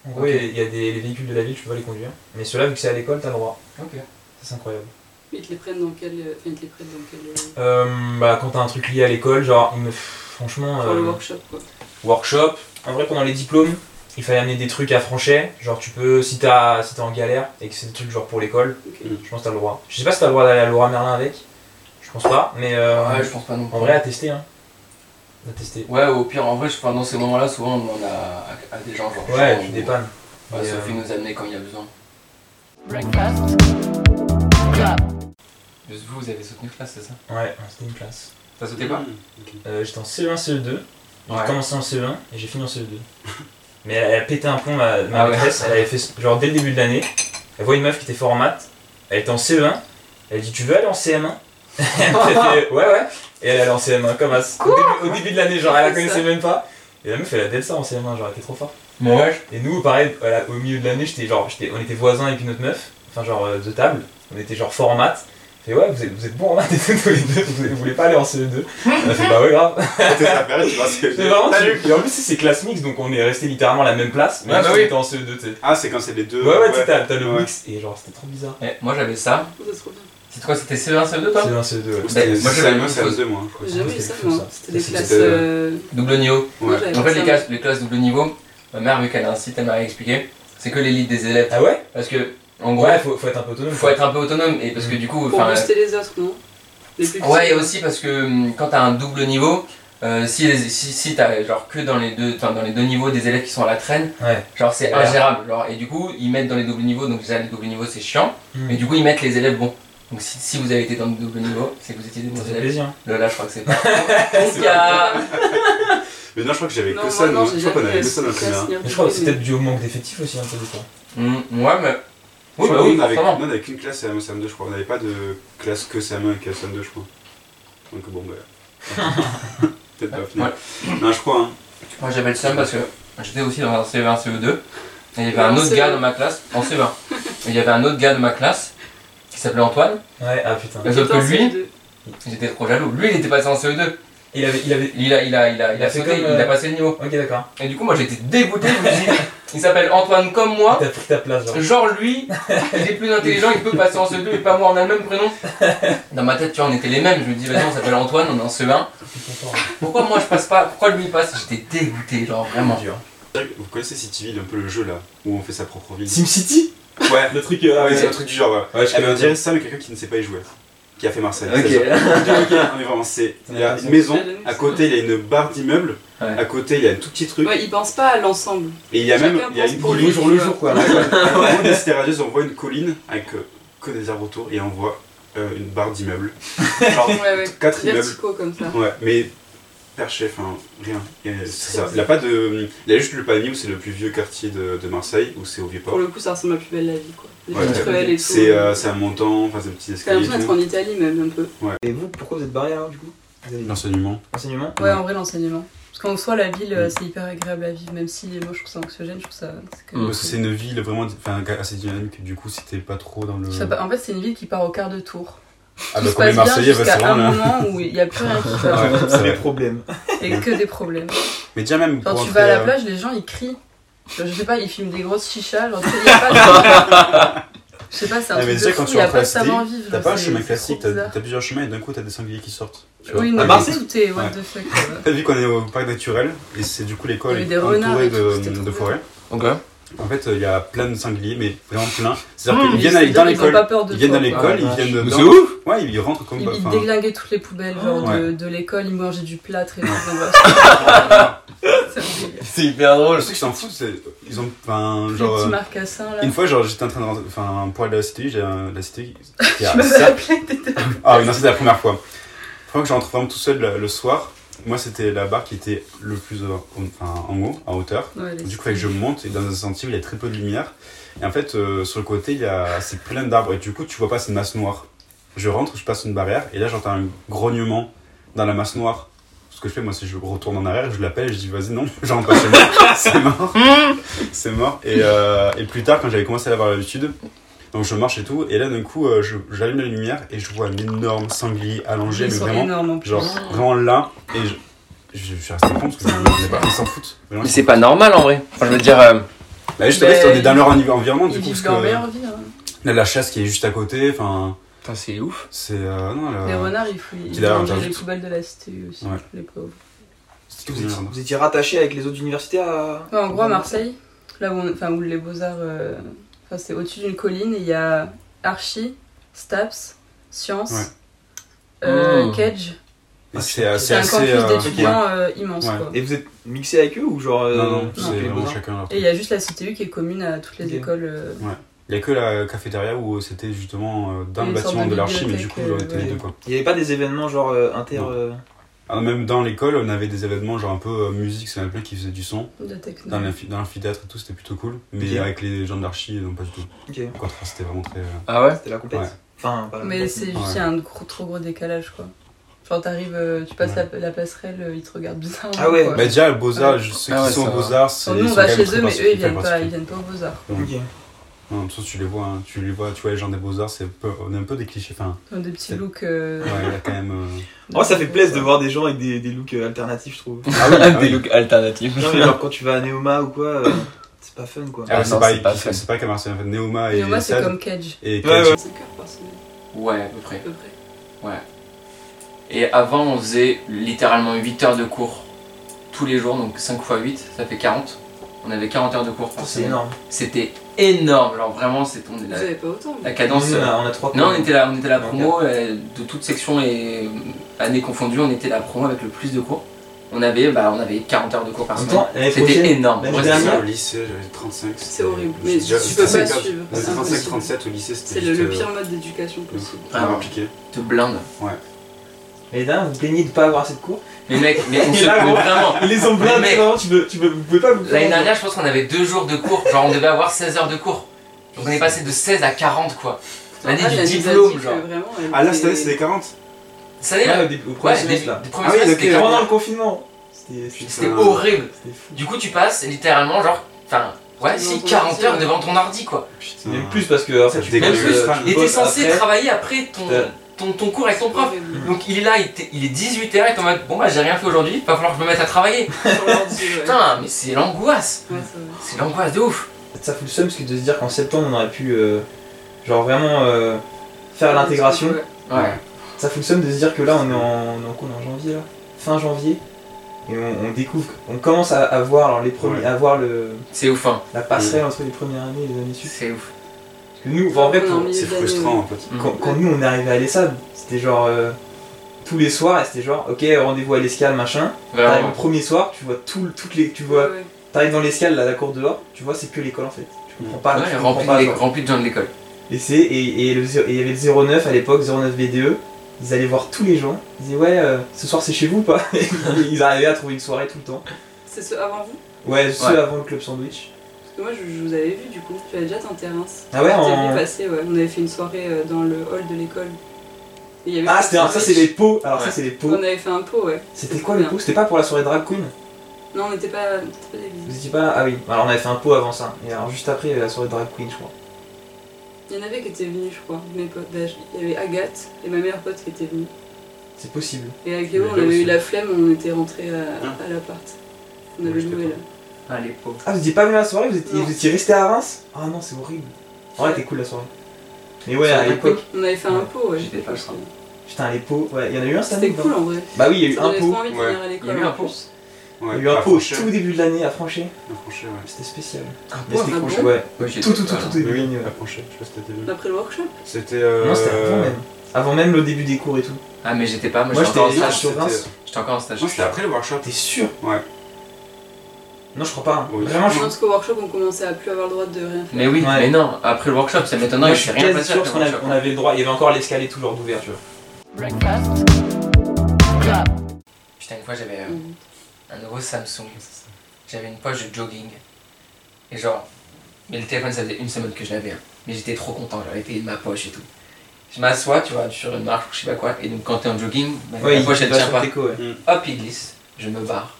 D: En gros,
B: Ok.
D: il y a- il y a des les véhicules de la ville, tu peux pas les conduire. Mais ceux-là, vu que c'est à l'école, t'as le droit.
B: Ok.
D: Ça, c'est incroyable.
E: Ils te les prennent dans quel. euh, Enfin, ils te les prennent dans quel. euh,
D: Euh, bah, quand t'as un truc lié à l'école, genre, il me... franchement.
E: Pour le
D: euh,
E: workshop, quoi.
D: workshop. En vrai, pendant les diplômes, il fallait amener des trucs à Franchet. Genre, tu peux, si t'as- si t'es en galère et que c'est des trucs genre pour l'école,
E: Ok.
C: Mm.
D: je pense que t'as le droit. Je sais pas si t'as le droit d'aller à Laura Merlin avec. Je pense pas, mais euh,
B: Ah Ouais, je pense pas non plus.
D: en vrai, à tester. Hein. À tester.
B: Ouais, au pire, en vrai, je, enfin, dans ces moments-là, souvent on demande à, à- à des gens, genre.
D: Ouais,
B: je
D: tu
B: sais pas,
D: dépannes.
B: ou- Oh. ouais,
D: Mais, euh,
B: Sophie nous amener quand il y a besoin.
E: Oh,
A: Breakfast Club.
B: Juste vous, vous avez soutenu classe, c'est ça
D: Ouais, c'était une classe.
B: Ça sautait pas
C: Hmm, Ok.
D: Euh, J'étais en CE1, CE2. J'ai
B: Ouais.
D: commencé en CE1 et j'ai fini en E CE2. Mais elle, elle a pété un plomb, ma, ma
B: Ah ouais.
D: maîtresse. Elle avait fait, ce- genre dès le début de l'année, elle voit une meuf qui était fort en maths. Elle était en CE1. Elle dit Tu veux aller en CM1 Elle fait, Ouais, ouais. Et elle allait en CM1 comme as. Au début, au début de l'année, genre elle la
E: C'est ça.
D: connaissait même pas. Et la meuf, elle a dès ça en CM1, genre elle était trop forte.
B: Mais ouais.
D: Et nous, pareil, voilà, au milieu de l'année, j'étais genre, j'étais- on était voisins avec une autre meuf, enfin genre euh, de table, on était genre fort en maths. Fait ouais, vous êtes, vous êtes bons en maths et tout, tous les deux, vous, vous voulez pas aller en E CE2 On a fait bah ouais, grave.
C: Tes affaires, tu vois, c'est-
D: Mais vraiment, tu-
C: Salut.
D: et en plus, c'est c'est classe mixte, donc on est resté littéralement à la même place, mais
B: Ah,
D: juste,
B: bah
D: on
B: oui.
D: était en CE2, tu sais.
C: Ah, c'est quand c'est les deux.
D: Ouais, ouais, tu sais, t'as t'as le
C: Ouais.
D: mix, et genre, c'était trop bizarre.
B: Ouais, Moi j'avais ça.
E: C'est trop bien.
B: C'est quoi C'était CE1, CE2 toi
D: CE1, CE2, E ouais.
C: C'était-
B: Bah, moi,
C: c'est
B: j'avais
C: la même,
B: une
C: c'est la
B: chose.
C: deux, moi. hein, je crois.
E: J'ai jamais eu
D: c'était
E: ça,
D: fou,
E: moi.
D: ça.
E: C'était des
D: C'était-
E: classes.
C: c'était-
E: euh,
B: Double niveau.
E: Moi,
C: Ouais.
E: j'avais
B: En
E: pas
B: fait, les
E: ça.
B: classes, les classes double niveau, ma mère, vu qu'elle a un site, elle m'a expliqué, c'est que l'élite des élèves.
D: Ah ouais
B: Parce que, en gros,
D: Ouais, faut, faut être un peu autonome.
B: faut être un peu autonome et parce que
D: Mm.
B: du coup,
E: Pour
B: enfin.
E: booster les autres, non Les plus
B: Ouais, et
E: petits.
B: aussi parce que hum, quand t'as un double niveau, euh, si, les- si, si t'as genre que dans les, deux, enfin, dans les deux niveaux des élèves qui sont à la traîne,
D: Ouais.
B: genre c'est
D: Ouais.
B: ingérable. Genre, et du coup, ils mettent dans les doubles niveaux, donc déjà les doubles niveaux c'est chiant,
D: Mm.
B: mais du coup ils mettent les élèves bons. Donc si, si vous avez été dans le double niveau, c'est que vous étiez des
D: Ça
B: bons
D: fait
B: élèves.
D: plaisir.
B: Lola, je crois que c'est pas. Ton cas.
C: Mais non, je crois que j'avais
E: Non,
C: que
E: moi,
C: ça,
E: non,
C: non,
E: j'ai
C: je crois qu'on
E: jamais
C: avait que
E: eu
C: ça dans le
E: cette
C: primaire.
E: classe, ni un
D: Mais je crois que
E: truc,
D: c'est peut-être dû au manque d'effectifs aussi, hein, un peu des fois.
B: Hum, ouais, mais. Oui,
C: Je
B: bah
C: crois
B: oui,
C: qu'on avait-
B: forcément.
C: non, on avait qu'une classe CM1, CM2, je crois. On n'avait pas de classe que CM1 et que CM2, je crois. Donc bon, bah. Peut-être pas au final. Non, je crois, hein.
B: Moi j'avais le seum parce que j'étais aussi dans un CE1, CE2 et il y avait un
E: En
B: autre
E: CE1.
B: gars dans ma classe, en CE1. Et il y avait un autre gars de ma classe qui s'appelait Antoine,
D: Ouais, ah putain.
B: mais
E: J'étais
B: sauf que
E: en
B: lui,
E: CE2.
B: j'étais trop jaloux. Lui il était passé en CE2,
D: Il avait. Il avait...
B: il a, il a, il a, il
D: Il a
B: a
D: fait
B: sauté,
D: comme, euh,
B: il a passé le niveau.
D: Ok, d'accord.
B: Et du coup moi j'étais dégoûté, je me suis dit, il s'appelle Antoine comme moi,
D: T'as pris ta place, genre.
B: genre lui, il est plus intelligent, il peut passer en CE2 et pas moi, on a le même prénom. Dans ma tête tu vois on était les mêmes, je me dis vas-y on s'appelle Antoine, on est en CE1.
D: T'es content,
B: Pourquoi moi je passe pas, pourquoi lui il passe J'étais dégoûté, genre
D: hein.
B: vraiment.
D: Dur.
C: Vous connaissez CityVille, un peu le jeu là, où on fait sa propre ville
D: SimCity
C: Ouais,
D: Le truc. euh,
C: Ah ouais,
D: ouais.
C: c'est un truc du genre, ouais.
D: Ouais, je
C: Eh ben, on
D: connais.
C: dirait ça, mais quelqu'un qui ne sait pas y jouer. Qui a fait Marseille. c'est ça.
B: Ok.
C: Non, mais vraiment, c'est. Il y a une maison, à côté il y a une barre d'immeubles,
B: Ouais.
C: à côté il y a un tout petit truc,
E: Ouais, il pense pas à l'ensemble.
C: et il y a même
E: Chacun
C: il y a
E: pense
C: une
E: pour
C: colline.
E: lui.
D: jour le jour, quoi.
C: Ouais, ouais.
B: Ah
C: Au moment des cités radieuses, on voit une colline avec euh, que des arbres autour, et on voit euh, une barre d'immeubles. Genre,
E: Ouais, ouais.
C: quatre immeubles.
E: Verticaux comme ça.
C: Ouais, mais perché, enfin, rien. Et C'est ça. Il y a pas de. Il y a juste le panier où c'est le plus vieux quartier de, de Marseille, où c'est au
E: Pour
C: Vieux-Port.
E: le coup, ça ressemble à plus belle la vie, quoi. Des
C: Ouais,
E: petites ruelles et tout.
C: C'est euh, c'est un montant, enfin, c'est un petit
E: T'as
C: escalier.
E: l'impression
C: et
E: d'être
C: tout.
E: en Italie, même, un peu.
D: Et vous, pourquoi vous êtes barré alors, du coup Vous avez
C: L'enseignement.
D: enseignement
E: Ouais, en vrai, l'enseignement. Parce qu'en soi, la ville, euh, c'est hyper agréable à vivre, même si moi je trouve ça anxiogène, je trouve ça. c'est que-
B: Mm.
C: Parce que c'est une ville vraiment enfin, assez dynamique, du coup, si t'es pas trop dans le.
E: Je sais pas, En fait, c'est une ville qui part au quart de tour.
C: Ah,
E: Tout
C: bah,
E: se
C: comme les
E: passe bien
C: Marseillais, bah, c'est
E: jusqu'à un
C: vraiment là.
E: moment où il n'y a plus rien qui va.
C: Ouais, c'est vrai.
D: problèmes.
E: Et que des problèmes.
C: Mais déjà, même.
E: Quand
C: pour
E: tu
C: entrer,
E: vas à la
C: euh,
E: plage, les gens ils crient. Genre, je sais pas, ils fument des grosses chichas, genre tu sais, y a pas de. Je sais pas, c'est un
C: Ah, mais
E: truc
C: déjà,
E: de
C: quand
E: fou,
C: tu
E: il a
C: rentres
E: pas
C: à
E: de
C: la cité,
E: savoir vivre.
C: T'as
E: genre,
C: pas un
E: c'est-
C: chemin
E: c'est
C: classique,
E: trop
C: t'as
E: bizarre.
C: t'as plusieurs chemins et d'un coup t'as des sangliers qui sortent. tu vois.
E: Oui,
C: Ah,
E: non, mais
C: Marseille
E: tout est what
C: Ouais.
E: the fuck. quoi.
C: T'as vu qu'on est au parc naturel et c'est du coup l'école
E: Il y avait des
C: est
E: renards
C: entourée
E: et tout, c'était
C: de,
E: trop
C: de
E: bien.
C: forêts.
B: Ok.
C: En fait, euh, il y a plein de sangliers, mais vraiment plein. C'est-à-dire
B: Mmh.
C: qu'ils
E: Ils
C: viennent aller
E: se
C: dans
E: donnent- Ils ont
C: l'école.
E: pas peur de
C: Ils viennent
E: toi,
C: dans
E: quoi.
C: l'école, ils
D: Ah,
C: viennent
B: Mais
C: dedans.
B: c'est ouf
C: Ouais, ils rentrent comme.
E: Ils,
C: bah,
E: ils
C: enfin,
E: déglinguaient toutes les poubelles genre de,
C: Ouais.
E: de l'école, ils mangeaient du plâtre et tout.
C: Ouais.
E: non, bref. C'est horrible.
B: C'est hyper drôle.
C: Je sais qu'ils s'en foutent, c'est- ils ont. Enfin,
E: Les
C: genre.
E: petits
C: euh,
E: marcassins là.
C: Une fois, genre, j'étais en train de rentrer. Enfin, pour aller à la cité, j'ai un- la cité. qui
E: Je
C: a
E: m'avais
C: ça.
E: appelé, t'étais-
C: Ah oui, non, c'était la première fois. La première fois que j'ai rentré vraiment tout seul euh, le, le soir, moi c'était la barre qui était le plus euh, en, enfin, en haut, en hauteur.
E: Ouais, les-
C: Du coup, fallait que je monte et dans un sentier où il y a très peu de lumière. Et en fait, euh, sur le côté, il y a, c'est plein d'arbres et du coup, tu vois pas cette masse noire. Je rentre, je passe une barrière et là, j'entends un grognement dans la masse noire. Ce que je fais, moi, c'est que je retourne en arrière, je l'appelle, je dis vas-y, non, je rentre pas chez moi, c'est mort, c'est mort. Et, euh, et plus tard, quand j'avais commencé à avoir l'habitude, donc je marche et tout, et là d'un coup, euh, je- j'allume la lumière et je vois un énorme sanglier allongé,
E: Ils
C: mais
E: sont
C: vraiment,
E: énormes en plus.
C: genre vraiment là, et je, je, je suis resté con parce que je me disais pas, ils s'en foutent. Vraiment,
B: Mais c'est pas normal en vrai. Enfin, je veux dire, euh,
C: bah juste en fait,
E: Mais
C: on est dans
E: ils-
C: leur envi- environnement du
E: Ils
C: coup, parce
E: vivent
C: que
E: leur
C: là,
E: meilleure vie. hein.
C: la chasse qui est juste à côté, enfin,
B: putain, c'est ouf.
C: c'est. euh, non,
E: Les
C: là.
E: renards, ils fouillent
C: Qui
E: ils
C: d'ailleurs,
E: mangent les
C: j'ajoute.
E: poubelles de la cité eux aussi,
C: Ouais.
E: les pauvres.
C: c'est tout
D: Vous étiez,
C: merde.
D: vous étiez rattaché avec les autres universités à.
E: Ouais, en gros, à Marseille, là où, on- enfin, où les Beaux-Arts. euh, enfin, c'est au-dessus d'une colline, et il y a Archie, Staps, Sciences, euh,
B: Mm.
E: Kedge.
C: Et C'est euh, c'est
E: C'est un
C: assez.
E: campus
C: euh, ouais.
E: d'étudiants euh, immense.
C: Ouais.
E: quoi.
D: Et vous êtes mixé avec eux ou genre. euh,
C: Non, non, c'est
D: vous avez
C: vraiment
D: besoin
C: chacun leur
E: Et il y a juste la CTU qui est commune à toutes les
D: Ok.
E: écoles. euh,
C: Il n'y a que la cafétéria où c'était justement euh, dans
E: Une
C: le
E: sorte
C: bâtiment
E: de
C: de l'archi, mais du
E: bibliothèque,
C: coup, on
E: euh,
C: était les
D: ouais.
C: deux quoi.
D: Il n'y avait pas des événements genre euh, inter.
C: Non.
D: euh,
C: Alors, même dans l'école, on avait des événements genre un peu euh, musique, c'est un peu qui faisait du son.
E: de techno.
C: Dans l'amphi- dans l'amphithéâtre et tout, c'était plutôt cool. Mais
D: Ok.
C: avec les gens de l'archi, non, pas du tout.
D: Ok,
C: Au contraire, c'était vraiment très. euh,
B: Ah ouais
D: c'était la compète.
C: Ouais.
D: Enfin, pas la
E: Mais
D: compète,
E: c'est
D: mais-
E: juste, il y a un gros- trop gros décalage, quoi. Genre, t'arrives, euh, tu passes la, la passerelle, euh, ils te regardent bizarre.
D: Ah ouais,
C: Bah, déjà, le Beaux-Arts,
E: Ouais.
C: je- ceux
B: Ah ouais,
C: qui sont
B: ça
C: aux
B: va.
C: Beaux-Arts, c'est.
E: nous,
C: ils
E: on
C: sont
E: va
C: quand même
E: chez eux,
C: très
E: mais
C: partic-
E: eux, ils
C: hyper
E: viennent pas,
C: particuliers.
E: ils viennent pas aux Beaux-Arts.
D: Ok.
C: Non, de toute façon, tu les vois, hein, tu les vois, tu vois les gens des beaux-arts, c'est un peu- on est un peu des clichés, enfin,
E: Ils ont des petits looks. euh,
C: ouais, il y a quand même... euh,
D: En vrai, Oh, ça fait plaisir de voir des gens avec des, des looks euh, alternatifs, je trouve.
C: Ah oui, ah oui.
B: looks alternatifs.
D: non, mais genre quand tu vas à Neoma ou quoi, euh, c'est pas fun quoi.
C: Ah,
B: Ah,
C: c'est
B: non,
C: pas,
B: c'est pas
C: c'est-
B: fun.
C: c'est pas qu'à Marseille, en fait, Neoma
E: Mais
C: et
E: moi, c'est
C: Sad
E: comme Cage.
C: et
D: Ouais,
C: Kedge.
D: ouais.
E: 5 heures par semaine,
B: Ouais, à peu près.
E: à peu près.
B: Et avant, on faisait littéralement 8 heures de cours tous les jours, donc 5 x 8, ça fait 40. On avait 40 heures de cours par
D: C'est
B: semaine.
D: énorme.
B: C'était énorme, genre vraiment, c'est on est
E: Vous
B: la,
E: avez pas autant. mais-
B: la cadence.
D: Nous, on
B: euh,
D: a, on a trois
B: Non, on
D: cours.
B: était la, on était la
D: Donc,
B: promo euh, de toute section et euh, années confondues, on était la promo avec le plus de cours. On avait, bah, on avait 40 heures de cours par
D: En même
B: semaine.
D: temps, l'année
B: C'était
D: prochaine,
B: énorme.
D: l'année
B: Ouais,
C: Moi,
B: c'est
C: j'étais
D: dernière,
B: ça.
C: au lycée, j'avais 35. c'était-
E: C'est horrible, mais
C: j'ai déjà-
E: tu peux
C: c'était
E: pas suivre,
C: J'avais
E: c'est
C: 35,
E: impossible.
C: 37 au lycée, c'était
E: C'est le, le
C: juste,
E: pire
C: euh,
E: mode d'éducation possible.
C: Vraiment appliqué.
B: te blinde.
D: l'année dernière, vous plaignez de pas avoir assez de cours.
B: Mais mec, mais on se
D: Là,
B: mais
D: gros.
B: vraiment.
D: Ils les ont
B: plein, mais
D: non, tu peux, tu peux, vous pouvez pas vous
B: L'année dernière, je pense qu'on avait deux jours de cours. Genre, on devait avoir 16 heures de cours. Donc on est passé de 16 à 40 quoi. L'année
E: Ah,
B: du
E: elle nous a dit
B: diplôme,
E: que
B: genre.
E: vraiment, elle
C: Ah là,
E: était-
C: cette année, c'était 40
B: Ça y est,
D: Ouais,
B: là.
D: au, début- au Ah, premier
B: Ouais, des,
D: semestre, là. Ah
B: des premiers
C: Ah oui,
B: semestres,
C: ok,
B: c'était
D: Pendant
B: 40.
D: le confinement. C'était c'était-
B: C'était
C: Putain.
B: horrible.
D: c'était fou.
B: Du coup, tu passes littéralement, genre, enfin, ouais,
E: Devant
B: si,
E: ton
B: 40
E: ordi,
B: heures
E: ouais.
B: devant ton ordi quoi.
C: Putain.
D: Même plus parce que en
C: Ça
D: fait,
C: te
D: tu
C: dégoûte.
D: bosses,
B: Même
D: euh,
C: plus,
D: tu
B: Il était
D: bosses
B: censé
D: après.
B: travailler après ton,
D: Putain.
B: ton, ton cours avec ton prof.
E: Horrible.
B: Donc il est là, il, était- il est 18h, et t'es en mode bon bah j'ai rien fait aujourd'hui, va falloir que je me mette à travailler.
E: Sur l'ordi, ouais.
B: Putain, mais c'est l'angoisse,
E: Ouais, c'est vrai.
B: c'est l'angoisse de ouf.
D: Ça fout le seum parce que de se dire qu'en septembre on aurait pu euh, genre vraiment euh, faire l'intégration.
E: Ouais.
B: Ouais.
D: Ça fout le seum de se dire que là on est en, on est en, quoi, on est en janvier là Fin janvier. Et on, on découvre, on commence à, à voir alors, les premiers,
C: Ouais.
D: à voir le,
B: C'est ouf, hein.
D: la passerelle entre les premières années et les années suivantes.
B: C'est ouf.
D: Parce que nous, en vrai,
E: Ouais,
D: pour-
E: non, mais-
C: C'est frustrant en fait.
D: quand, quand nous on est arrivé à l'ESSAB, c'était genre euh, tous les soirs, et c'était genre ok rendez-vous à l'escale machin. T'arrives le
B: Vraiment.
D: premier soir, tu vois tout, le- toutes les, tu vois,
E: Ouais.
D: t'arrives dans l'escale là, la cour dehors, tu vois c'est que l'école en fait. Tu comprends pas. tu
B: Ouais,
D: comprends
B: rempli,
D: pas,
B: de,
D: genre.
B: rempli de gens de l'école.
D: Et c'est et, et le zéro- et il y avait le 09 à l'époque, 09 BDE. Ils allaient voir tous les gens. Ils disaient ouais, euh, ce soir c'est chez vous ou pas Et Ils arrivaient à trouver une soirée tout le temps.
E: C'est ce avant vous
D: Ouais, ceux
B: Ouais.
D: avant le club sandwich.
E: Parce que moi, je, je vous avais vu du coup. Tu avais déjà tenté Reims.
D: Ah ouais,
E: Je t'avais
D: en-
E: vu passer, ouais. On avait fait une soirée euh, dans le hall de l'école. Et il y avait
D: Ah
E: plein
D: c'était
E: de
D: un- ça c'est
E: sandwichs.
D: les pots. Alors
B: Ouais.
D: ça c'est les
E: On
D: pots.
E: avait fait un pot, ouais.
D: C'était quoi les
E: bien.
D: pots C'était pas pour la soirée drag queen
E: Non, on n'était pas, on était pas des
D: Vous
E: visites.
D: étiez pas Ah oui. Alors on avait fait un pot avant ça. Et alors juste après il y avait la soirée drag queen je crois.
E: Il y en avait qui étaient venus, je crois. Mes potes. Bah, je- Il y avait Agathe et ma meilleure pote qui était venue.
D: C'est possible.
E: Et avec Léo,
C: Mais
E: on
C: là
E: avait
C: aussi.
E: eu la flemme, on était rentrés à,
C: Hein
E: à l'appart. On
C: Moi,
E: avait
C: j'étais
E: loué
C: pas.
E: là.
B: Ah, les pauvres.
D: Ah vous étiez pas venu à la soirée Vous étiez,
E: Non.
D: vous étiez resté à Reims Ah non c'est horrible. En vrai
E: Ouais.
D: t'es cool la soirée. Mais ouais
B: Soirée
D: à
B: drag
D: l'époque.
E: On avait fait un
D: Ouais,
E: pot, ouais.
B: j'étais pas, je crois.
D: Putain les pots. Ouais, il y en a eu un cette
E: C'était
D: année,
E: cool hein.
D: non
E: en vrai.
D: Bah oui il y a eu
E: Ça donnait
D: un
E: trop
D: pot.
E: envie de
C: Ouais.
E: venir à
B: Il y a
E: l'école.
B: eu un
E: en
B: pot.
E: plus.
D: Il y
C: Ouais,
D: a eu un
C: pas
D: pot au
C: franchi,
D: tout début de l'année à Francher.
C: Franchi, ouais.
D: C'était spécial.
E: Ouais,
D: c'était
E: ah
D: franchi,
E: bon
D: ouais.
B: Ouais, j'y
D: Tout,
B: étais
D: tout, tout,
B: pas,
D: tout
B: non.
D: début de
C: Oui,
D: l'année. ouais.
C: pas franchi, je sais pas si t'as déjà vu.
E: Après le workshop
C: C'était. euh,
D: Non, c'était avant même. Avant même le début des cours et tout.
B: Ah, mais j'étais pas, moi,
D: Moi,
B: j'étais encore en
D: j'étais-
B: stage.
D: sur
C: c'était-
D: Reims.
B: J'étais encore en stage.
C: Non, c'était après le workshop.
D: T'es sûr
C: Ouais.
D: Non, je crois pas. hein.
C: Oui.
D: Vraiment,
E: Je
D: je,
E: pense qu'au workshop, on commençait à plus avoir le droit de rien faire.
B: Mais oui,
D: Ouais.
B: mais non, après le workshop, ça
D: Moi,
B: m'étonnerait,
D: je
B: je sais
D: suis
B: rien
D: quasi
B: passé
D: sûr
B: après le
D: parce qu'on avait,
B: workshop.
D: on avait le droit. Il y avait encore l'escalier toujours d'ouverture.
A: Breakfast Club.
B: Putain, une fois, j'avais euh,
E: Mhm.
B: un nouveau Samsung. J'avais une poche de jogging. Et genre, mais le téléphone, ça faisait une semaine que je l'avais. hein. Mais j'étais trop content, j'avais payé de ma poche et tout. Je m'assois, tu vois, sur une marche ou je sais pas quoi. Et donc, quand t'es en jogging, bah, la
D: il
B: poche, elle
D: va
B: tient
D: sur
B: pas.
D: tes coups, ouais.
B: Hop, il glisse. Je me barre.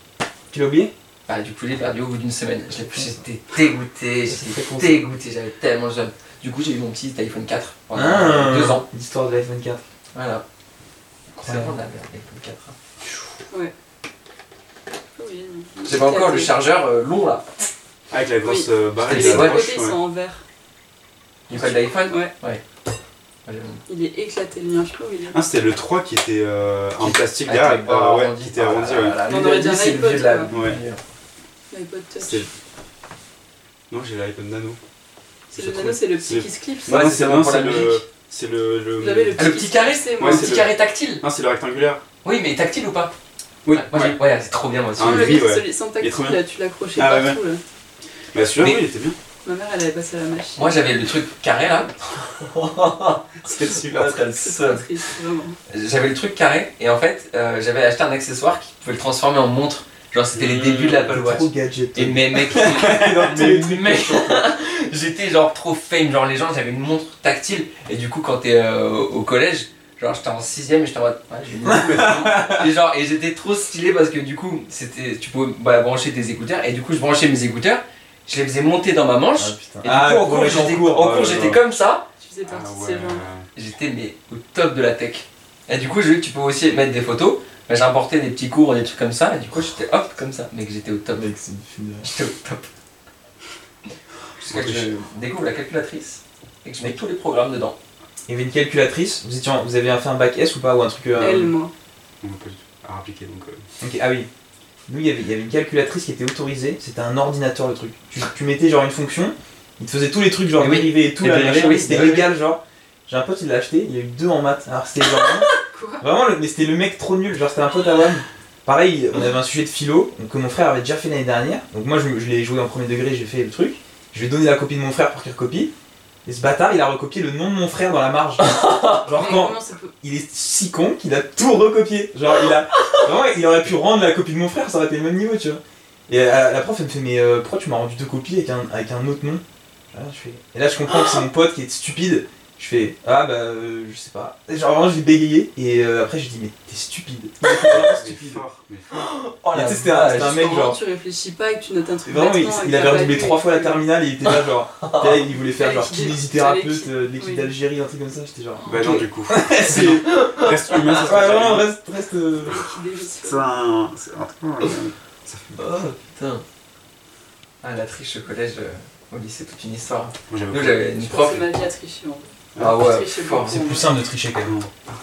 D: Tu l'as oublié
B: Bah, du coup, je l'ai perdu au bout d'une semaine. Je l'ai- J'étais dégoûté,
D: Ça, c'est très con,
B: j'étais
D: ça.
B: dégoûté, j'avais tellement de Du coup, j'ai eu mon petit iPhone 4 pendant
D: Ah,
B: deux ans.
D: L'histoire de l'iPhone 4.
B: Voilà. C'est
D: Incroyable.
B: vraiment de la merde, l'iPhone 4. hein.
E: Oui, non.
B: J'ai pas encore le chargeur euh, long là.
C: Avec la grosse euh, barre et
E: Les
B: C'était
C: la
B: ouais.
E: côtés,
C: broche,
E: ils
C: ouais.
E: sont en vert.
B: Il pas de l'iPhone
E: Ouais.
B: Ouais, j'aime.
E: Il est éclaté le mien, je trouve. Il est...
C: Ah, c'était le 3 qui était euh, en plastique derrière,
B: Avec
C: avec
B: le
C: barre,
B: bord
C: euh, ouais,
B: arrondi.
C: qui était arrondi,
B: Ah là
C: ouais.
B: là, lui,
E: On aurait dit
B: lui,
E: un
B: c'est le
E: iPod,
B: vieux de la-
C: quoi. Ouais.
E: L'iPod Touch.
C: C'était- Non, j'ai l'iPhone Nano.
E: C'est
C: Je
E: le
C: trouve.
E: nano, c'est le
C: C'est-
E: petit qui se clipse.
B: Ouais,
C: non,
B: c'est
C: c'est
B: vraiment
C: non,
B: pour
C: c'est
B: la
C: le.
B: musique.
C: C'est le. le-
E: J'avais le
B: Ah, le
E: petit
B: petit
E: qui se
B: carré,
E: glissait,
B: Ouais,
E: moi.
B: le
C: c'est
B: petit
C: le-
B: carré tactile.
C: Non, c'est le rectangulaire.
B: Oui, mais tactile ou pas Ah,
C: Oui.
B: Moi, j'ai- ouais, c'est trop bien moi aussi.
C: Ah,
E: Tu
C: oui, ouais.
E: celui sans
C: Il est
E: tactile,
C: trop bien.
E: là, tu l'accrochais
C: Ah, ouais,
E: partout. Là.
C: Bah, celui-là,
B: Mais-
C: oui, il était bien.
E: Ma mère, elle avait passé à la machine.
B: Moi, j'avais le truc carré là.
C: C'était super.
B: Putain, le
E: C'est trop
B: seum.
E: triste, vraiment.
B: J'avais le truc carré et en fait, euh, j'avais acheté un accessoire qui pouvait le transformer en montre. Genre, c'était les
C: Mmh,
B: débuts de l'Apple Watch.
D: Trop gadget. Ah,
B: Et mais mec, mais mec, j'étais genre trop fame, genre les gens j'avais une montre tactile et du coup quand t'es euh, au au collège, genre j'étais en 6ème et j'étais en mode ouais, j'ai une montre. et genre et j'étais trop stylé parce que du coup c'était tu pouvais bah, brancher tes écouteurs et du coup je branchais mes écouteurs, je les faisais monter dans ma
D: Ah,
B: manche
D: putain.
B: et
D: Ah,
B: du coup en
D: pour
B: cours
D: mettre en
B: j'étais
D: cours.
B: en
C: Ouais,
B: cours,
C: ouais,
B: j'étais
C: ouais.
B: comme ça,
E: Tu faisais
C: Ah,
E: partie de
C: ouais.
E: ces gens.
B: j'étais mais au top de la tech. Et du coup je, tu peux aussi mettre des photos, bah, j'ai importé des petits cours et des trucs comme ça et du coup j'étais hop comme ça, mec j'étais au top.
D: Mec, c'est une fille de-
B: J'étais au top. Jusqu'à que je découvre la calculatrice et que je mets tous les programmes dedans.
D: Il y avait une calculatrice. Vous, étiez en- vous avez fait un bac S ou pas Ou un truc. euh,
E: Elle, moi.
C: On peut pas du tout. À appliquer donc. euh,
D: ok, Ah oui. Nous, il y avait- il y avait une calculatrice qui était autorisée, c'était un ordinateur le truc. Tu, tu mettais genre une fonction, il te faisait tous les trucs, genre
B: Et Eh oui.
D: dérivés et tout,
B: Et
D: la
B: puis,
D: machin,
B: oui, eh
D: c'était
B: oui.
D: légal, genre. J'ai un pote, il l'a acheté, il y a eu deux en maths. Alors c'était genre.
E: Quoi
D: Vraiment, le- mais c'était le mec trop nul, genre c'était un pote à Wam. Pareil, on avait un sujet de philo donc, que mon frère avait déjà fait l'année dernière. Donc moi, je, me- je l'ai joué en premier degré, j'ai fait le truc. Je lui ai donné la copie de mon frère pour qu'il recopie. Et ce bâtard, il a recopié le nom de mon frère dans la marge. ah, genre
E: Mais
D: quand,
E: comment ça peut-
D: il est si con qu'il a tout recopié. Genre, il a. Vraiment, il aurait pu rendre la copie de mon frère, ça aurait été le même niveau, tu vois. Et euh, la, prof, elle me fait, mais euh, pourquoi tu m'as rendu deux copies avec un, avec un autre nom Voilà, je fais- Et là, je comprends que c'est mon pote qui est stupide. Je fais, ah bah, euh, je sais pas. Et genre, vraiment, j'ai bégayé. Et euh, après, j'ai dit, mais t'es stupide. Mais t'es vraiment stupide.
C: fort, mais fort.
B: Oh
D: la vache.
B: c'était
D: un mec,
E: Comment
D: genre-
E: tu réfléchis pas et que tu notes un truc
D: Vraiment, il,
E: bêtement et
D: il
E: que
D: avait
E: t'as pas
D: redoublé
E: vu.
D: trois fois la terminale et il était là, genre. t'es là, il voulait faire, genre,
E: L'équipe-
D: kinésithérapeute
E: l'équipe-
D: euh, de l'équipe
E: oui.
D: d'Algérie, un truc comme ça. J'étais genre.
C: Bah non, du coup.
D: Oh, C'est-
C: Reste
E: Ah,
C: humain, ça se
D: Ouais,
C: passe
D: vraiment,
C: bien.
D: reste. reste euh,
E: Qui dégoûte.
C: C'est un. C'est un truc, ouais. Ça fait-
B: Oh putain. Ah la triche au collège, euh, au lycée, toute une histoire.
C: Moi j'avais
B: Nous j'avais une
E: Je pense
B: prof.
E: que ma vie a triché. en fait.
B: Ah ouais,
E: Tricher
B: fort.
E: beaucoup.
D: C'est plus simple de tricher quand même.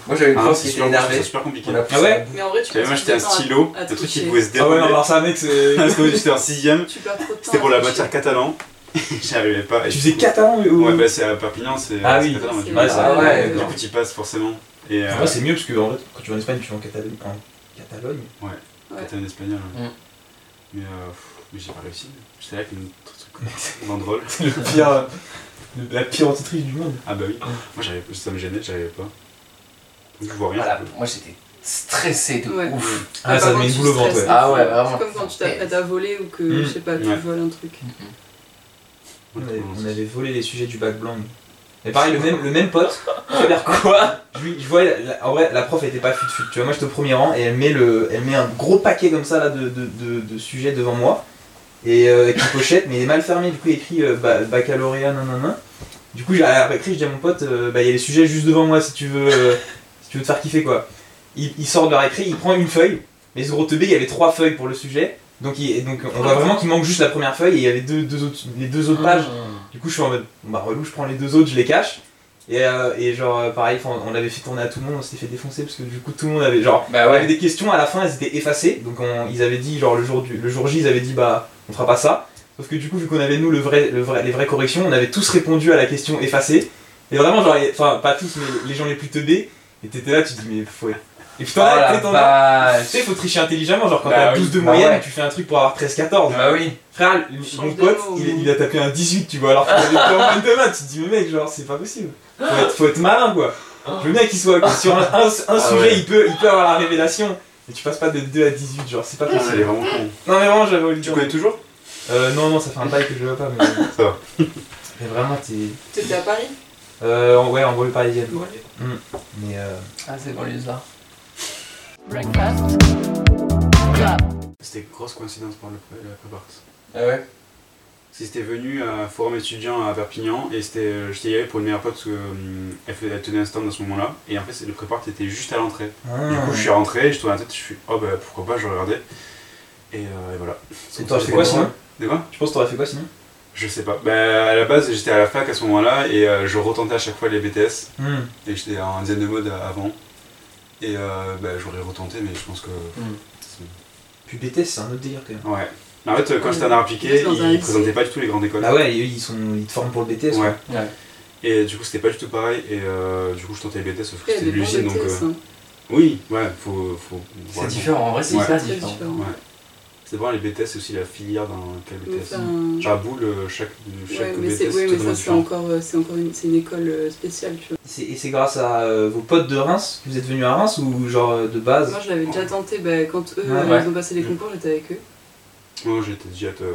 B: Moi j'avais une
C: Ah,
B: prof qui
C: c'est
B: était
C: super, c'est
B: énervée.
C: super compliqué.
B: On l'a
C: Tu
B: poussée
D: Ah ouais
B: à bout.
E: Mais en vrai, tu
C: savais,
E: passes
C: moi j'étais
E: du
C: un
E: temps à-
C: stylo,
E: à
C: le truc
E: tricher.
C: qui pouvait se
D: Ah ouais, non,
C: dérouler.
D: alors ça, mec, c'est.
C: Parce que j'étais en 6ème,
E: Tu perds trop de temps.
C: c'était pour
E: à
C: la
E: tricher.
C: matière catalan. J'arrivais pas. et
D: Tu
C: je-
D: faisais 4 ans ou.
C: Ouais, bah c'est à Perpignan, c'est.
D: Ah
C: c'est
D: oui.
C: catalan, mais tu
E: C'est-
D: Ouais,
C: passes.
D: c'est
B: Ah ouais,
C: Du
B: d'accord.
C: coup, tu passes forcément. Et. euh,
D: En vrai, c'est mieux parce que en vrai, quand tu vas en Espagne, tu vas en Catalogne. En Catalogne
E: Ouais.
C: T'es un espagnol. ouais.
B: Mm.
C: Mais, euh, pff, mais j'ai pas réussi. J'étais là avec une autre truc comme- banderole.
D: C'est le pire. le- la pire antitrice du monde.
C: Ah bah oui. Moi j'avais, ça me gênait, j'arrivais pas. Je vois rien.
B: Voilà, moi j'étais stressé de
E: Ouais.
B: ouf.
D: Ah, ça
E: par
D: te
E: contre,
D: met une
E: tu
D: boule au ventre,
E: stresses.
D: ouais.
B: Ah ouais, vraiment.
E: C'est comme quand tu t'apprêtes à voler ou que,
D: Mm.
E: je sais pas, tu
C: Ouais.
E: voles un truc.
D: On
C: Ouais,
D: avait,
C: comment
D: on
C: ça
D: avait volé les sujets du bac blanc. Mais pareil, le même, le même pote, faire quoi je, lui- je vois, la- en vrai, la prof elle était pas fut fut. Tu vois, moi j'étais au premier rang et elle met, le, elle met un gros paquet comme ça là de, de, de, de sujets devant moi. Et euh, avec une pochette, mais il est mal fermé. Du coup, il écrit euh, ba- baccalauréat, nanana. Du coup, j'ai- à la récré, je dis à mon pote, euh, bah il y a les sujets juste devant moi si tu veux, euh, si tu veux te faire kiffer quoi. Il, il sort de la récré, il prend une feuille. Mais ce gros teubé, il y avait trois feuilles pour le sujet. Donc, il- donc on voit vraiment qu'il manque juste la première feuille et il y avait deux, deux autres, les deux
B: Ah.
D: autres pages. Du coup, je suis en mode, bon, bah relou, je prends les deux autres, je les cache. Et, euh, et genre, euh, pareil, enfin, on l'avait fait tourner à tout le monde, on s'était fait défoncer parce que du coup, tout le monde avait genre.
B: Bah
D: On avait
B: ouais.
D: des questions à la fin, elles étaient effacées. Donc, on- ils avaient dit, genre, le jour, du, le jour J, ils avaient dit, bah, on fera pas ça. Sauf que du coup, vu qu'on avait nous le vrai, le vrai, les vraies corrections, on avait tous répondu à la question effacée. Et vraiment, genre, les- enfin, pas tous, mais les gens les plus teubés. Et t'étais là, tu te dis, mais faut. Et putain,
B: Oh
D: là,
B: la
D: t'es en as- Tu
B: vache.
D: sais, faut tricher intelligemment, genre, quand
B: Bah
D: t'as
B: oui,
D: 12 de
B: bah
D: moyenne,
B: ouais.
D: tu fais un truc pour avoir 13-14.
B: Bah oui.
D: Frère, le-
E: Change
D: mon
E: de
D: pote,
E: mot.
D: il, est- il a tapé un 18, tu vois, alors qu'il avait pas en main de maths. Tu te dis, mais mec, genre, c'est pas possible. Faut être, faut être malin, quoi.
C: Ah.
D: Je veux bien qu'il soit que sur un, un- un sujet,
B: ouais.
D: il, peut, il peut avoir la révélation. Mais tu passes pas de 2 à 18, genre, c'est pas
C: Ah, elle est
D: possible.
C: vraiment con.
D: Non, mais vraiment, j'avais oublié.
C: Tu connais toujours
D: Euh, non, non, ça fait un bail que je vois pas, mais.
C: Ça va.
D: Mais vraiment, t'es.
E: T'étais à Paris
D: Euh, en- ouais, en banlieue parisienne.
E: Ouais.
D: Mais euh.
B: Ah c'est bon les arts.
A: Breakfast Club.
C: C'était une grosse coïncidence pour le pré- la prépa arts.
B: Ah ouais.
C: Si c'était venu à Forum étudiant à Perpignan et c'était, euh, j'étais y allé pour une meilleure pote parce que, euh, elle, faisait- elle tenait un stand à ce moment-là et en fait c'est- le prépa arts était juste à l'entrée. Du coup je suis rentré, je tourne la tête, je suis oh bah pourquoi pas, je regardais et, euh, et voilà.
D: ah. Et t'aurais fait quoi sinon
C: De quoi
D: Je pense que t'aurais fait quoi sinon
C: Je sais pas. Bah, à la base, j'étais à la fac à ce moment-là et euh, je retentais à chaque fois les BTS.
D: Hmm.
C: Et j'étais en dizaine de mode euh, avant. Et euh, bah, j'aurais retenté, mais je pense que.
B: Mm.
C: c'est-
D: Puis BTS, c'est un autre délire quand même.
C: Ouais. Mais En fait, euh, quand j'étais en art appliqué,
E: Juste dans un
C: ils
E: lycée.
C: présentaient pas du tout les grandes écoles.
D: Ah ouais, et eux, ils, sont, ils te forment pour le BTS. quoi.
C: Ouais.
B: Ouais.
C: Et du coup, c'était pas du tout pareil. Et euh, du coup, je tentais les BTS, sauf que
E: Après, il y
C: c'était
E: a des bons
C: l'usine. Donc,
E: BTS,
C: euh,
E: hein.
C: oui, ouais, faut. faut
B: C'est
C: ouais,
B: différent. En vrai c'est
C: Ouais.
B: hyper
E: Très
B: différent.
E: différent.
C: Ouais. C'est vraiment les BTS, c'est aussi la filière dans laquelle
E: Mais
C: BTS.
E: enfin,
C: Genre, à boule, euh, chaque, chaque
E: ouais, mais c'est-
C: BTS
E: ouais,
C: est
E: mais ça,
C: totalement
E: c'est
C: différent.
E: encore, euh, c'est encore une, c'est une école euh, spéciale, tu vois.
D: C'est- Et c'est grâce à euh, vos potes de Reims que vous êtes venus à Reims ou genre euh, de base
E: Moi, je l'avais déjà tenté bah, quand eux,
D: Ouais,
E: euh,
B: ouais.
E: ils ont passé les concours, j'étais avec eux.
C: Moi, j'étais déjà. euh,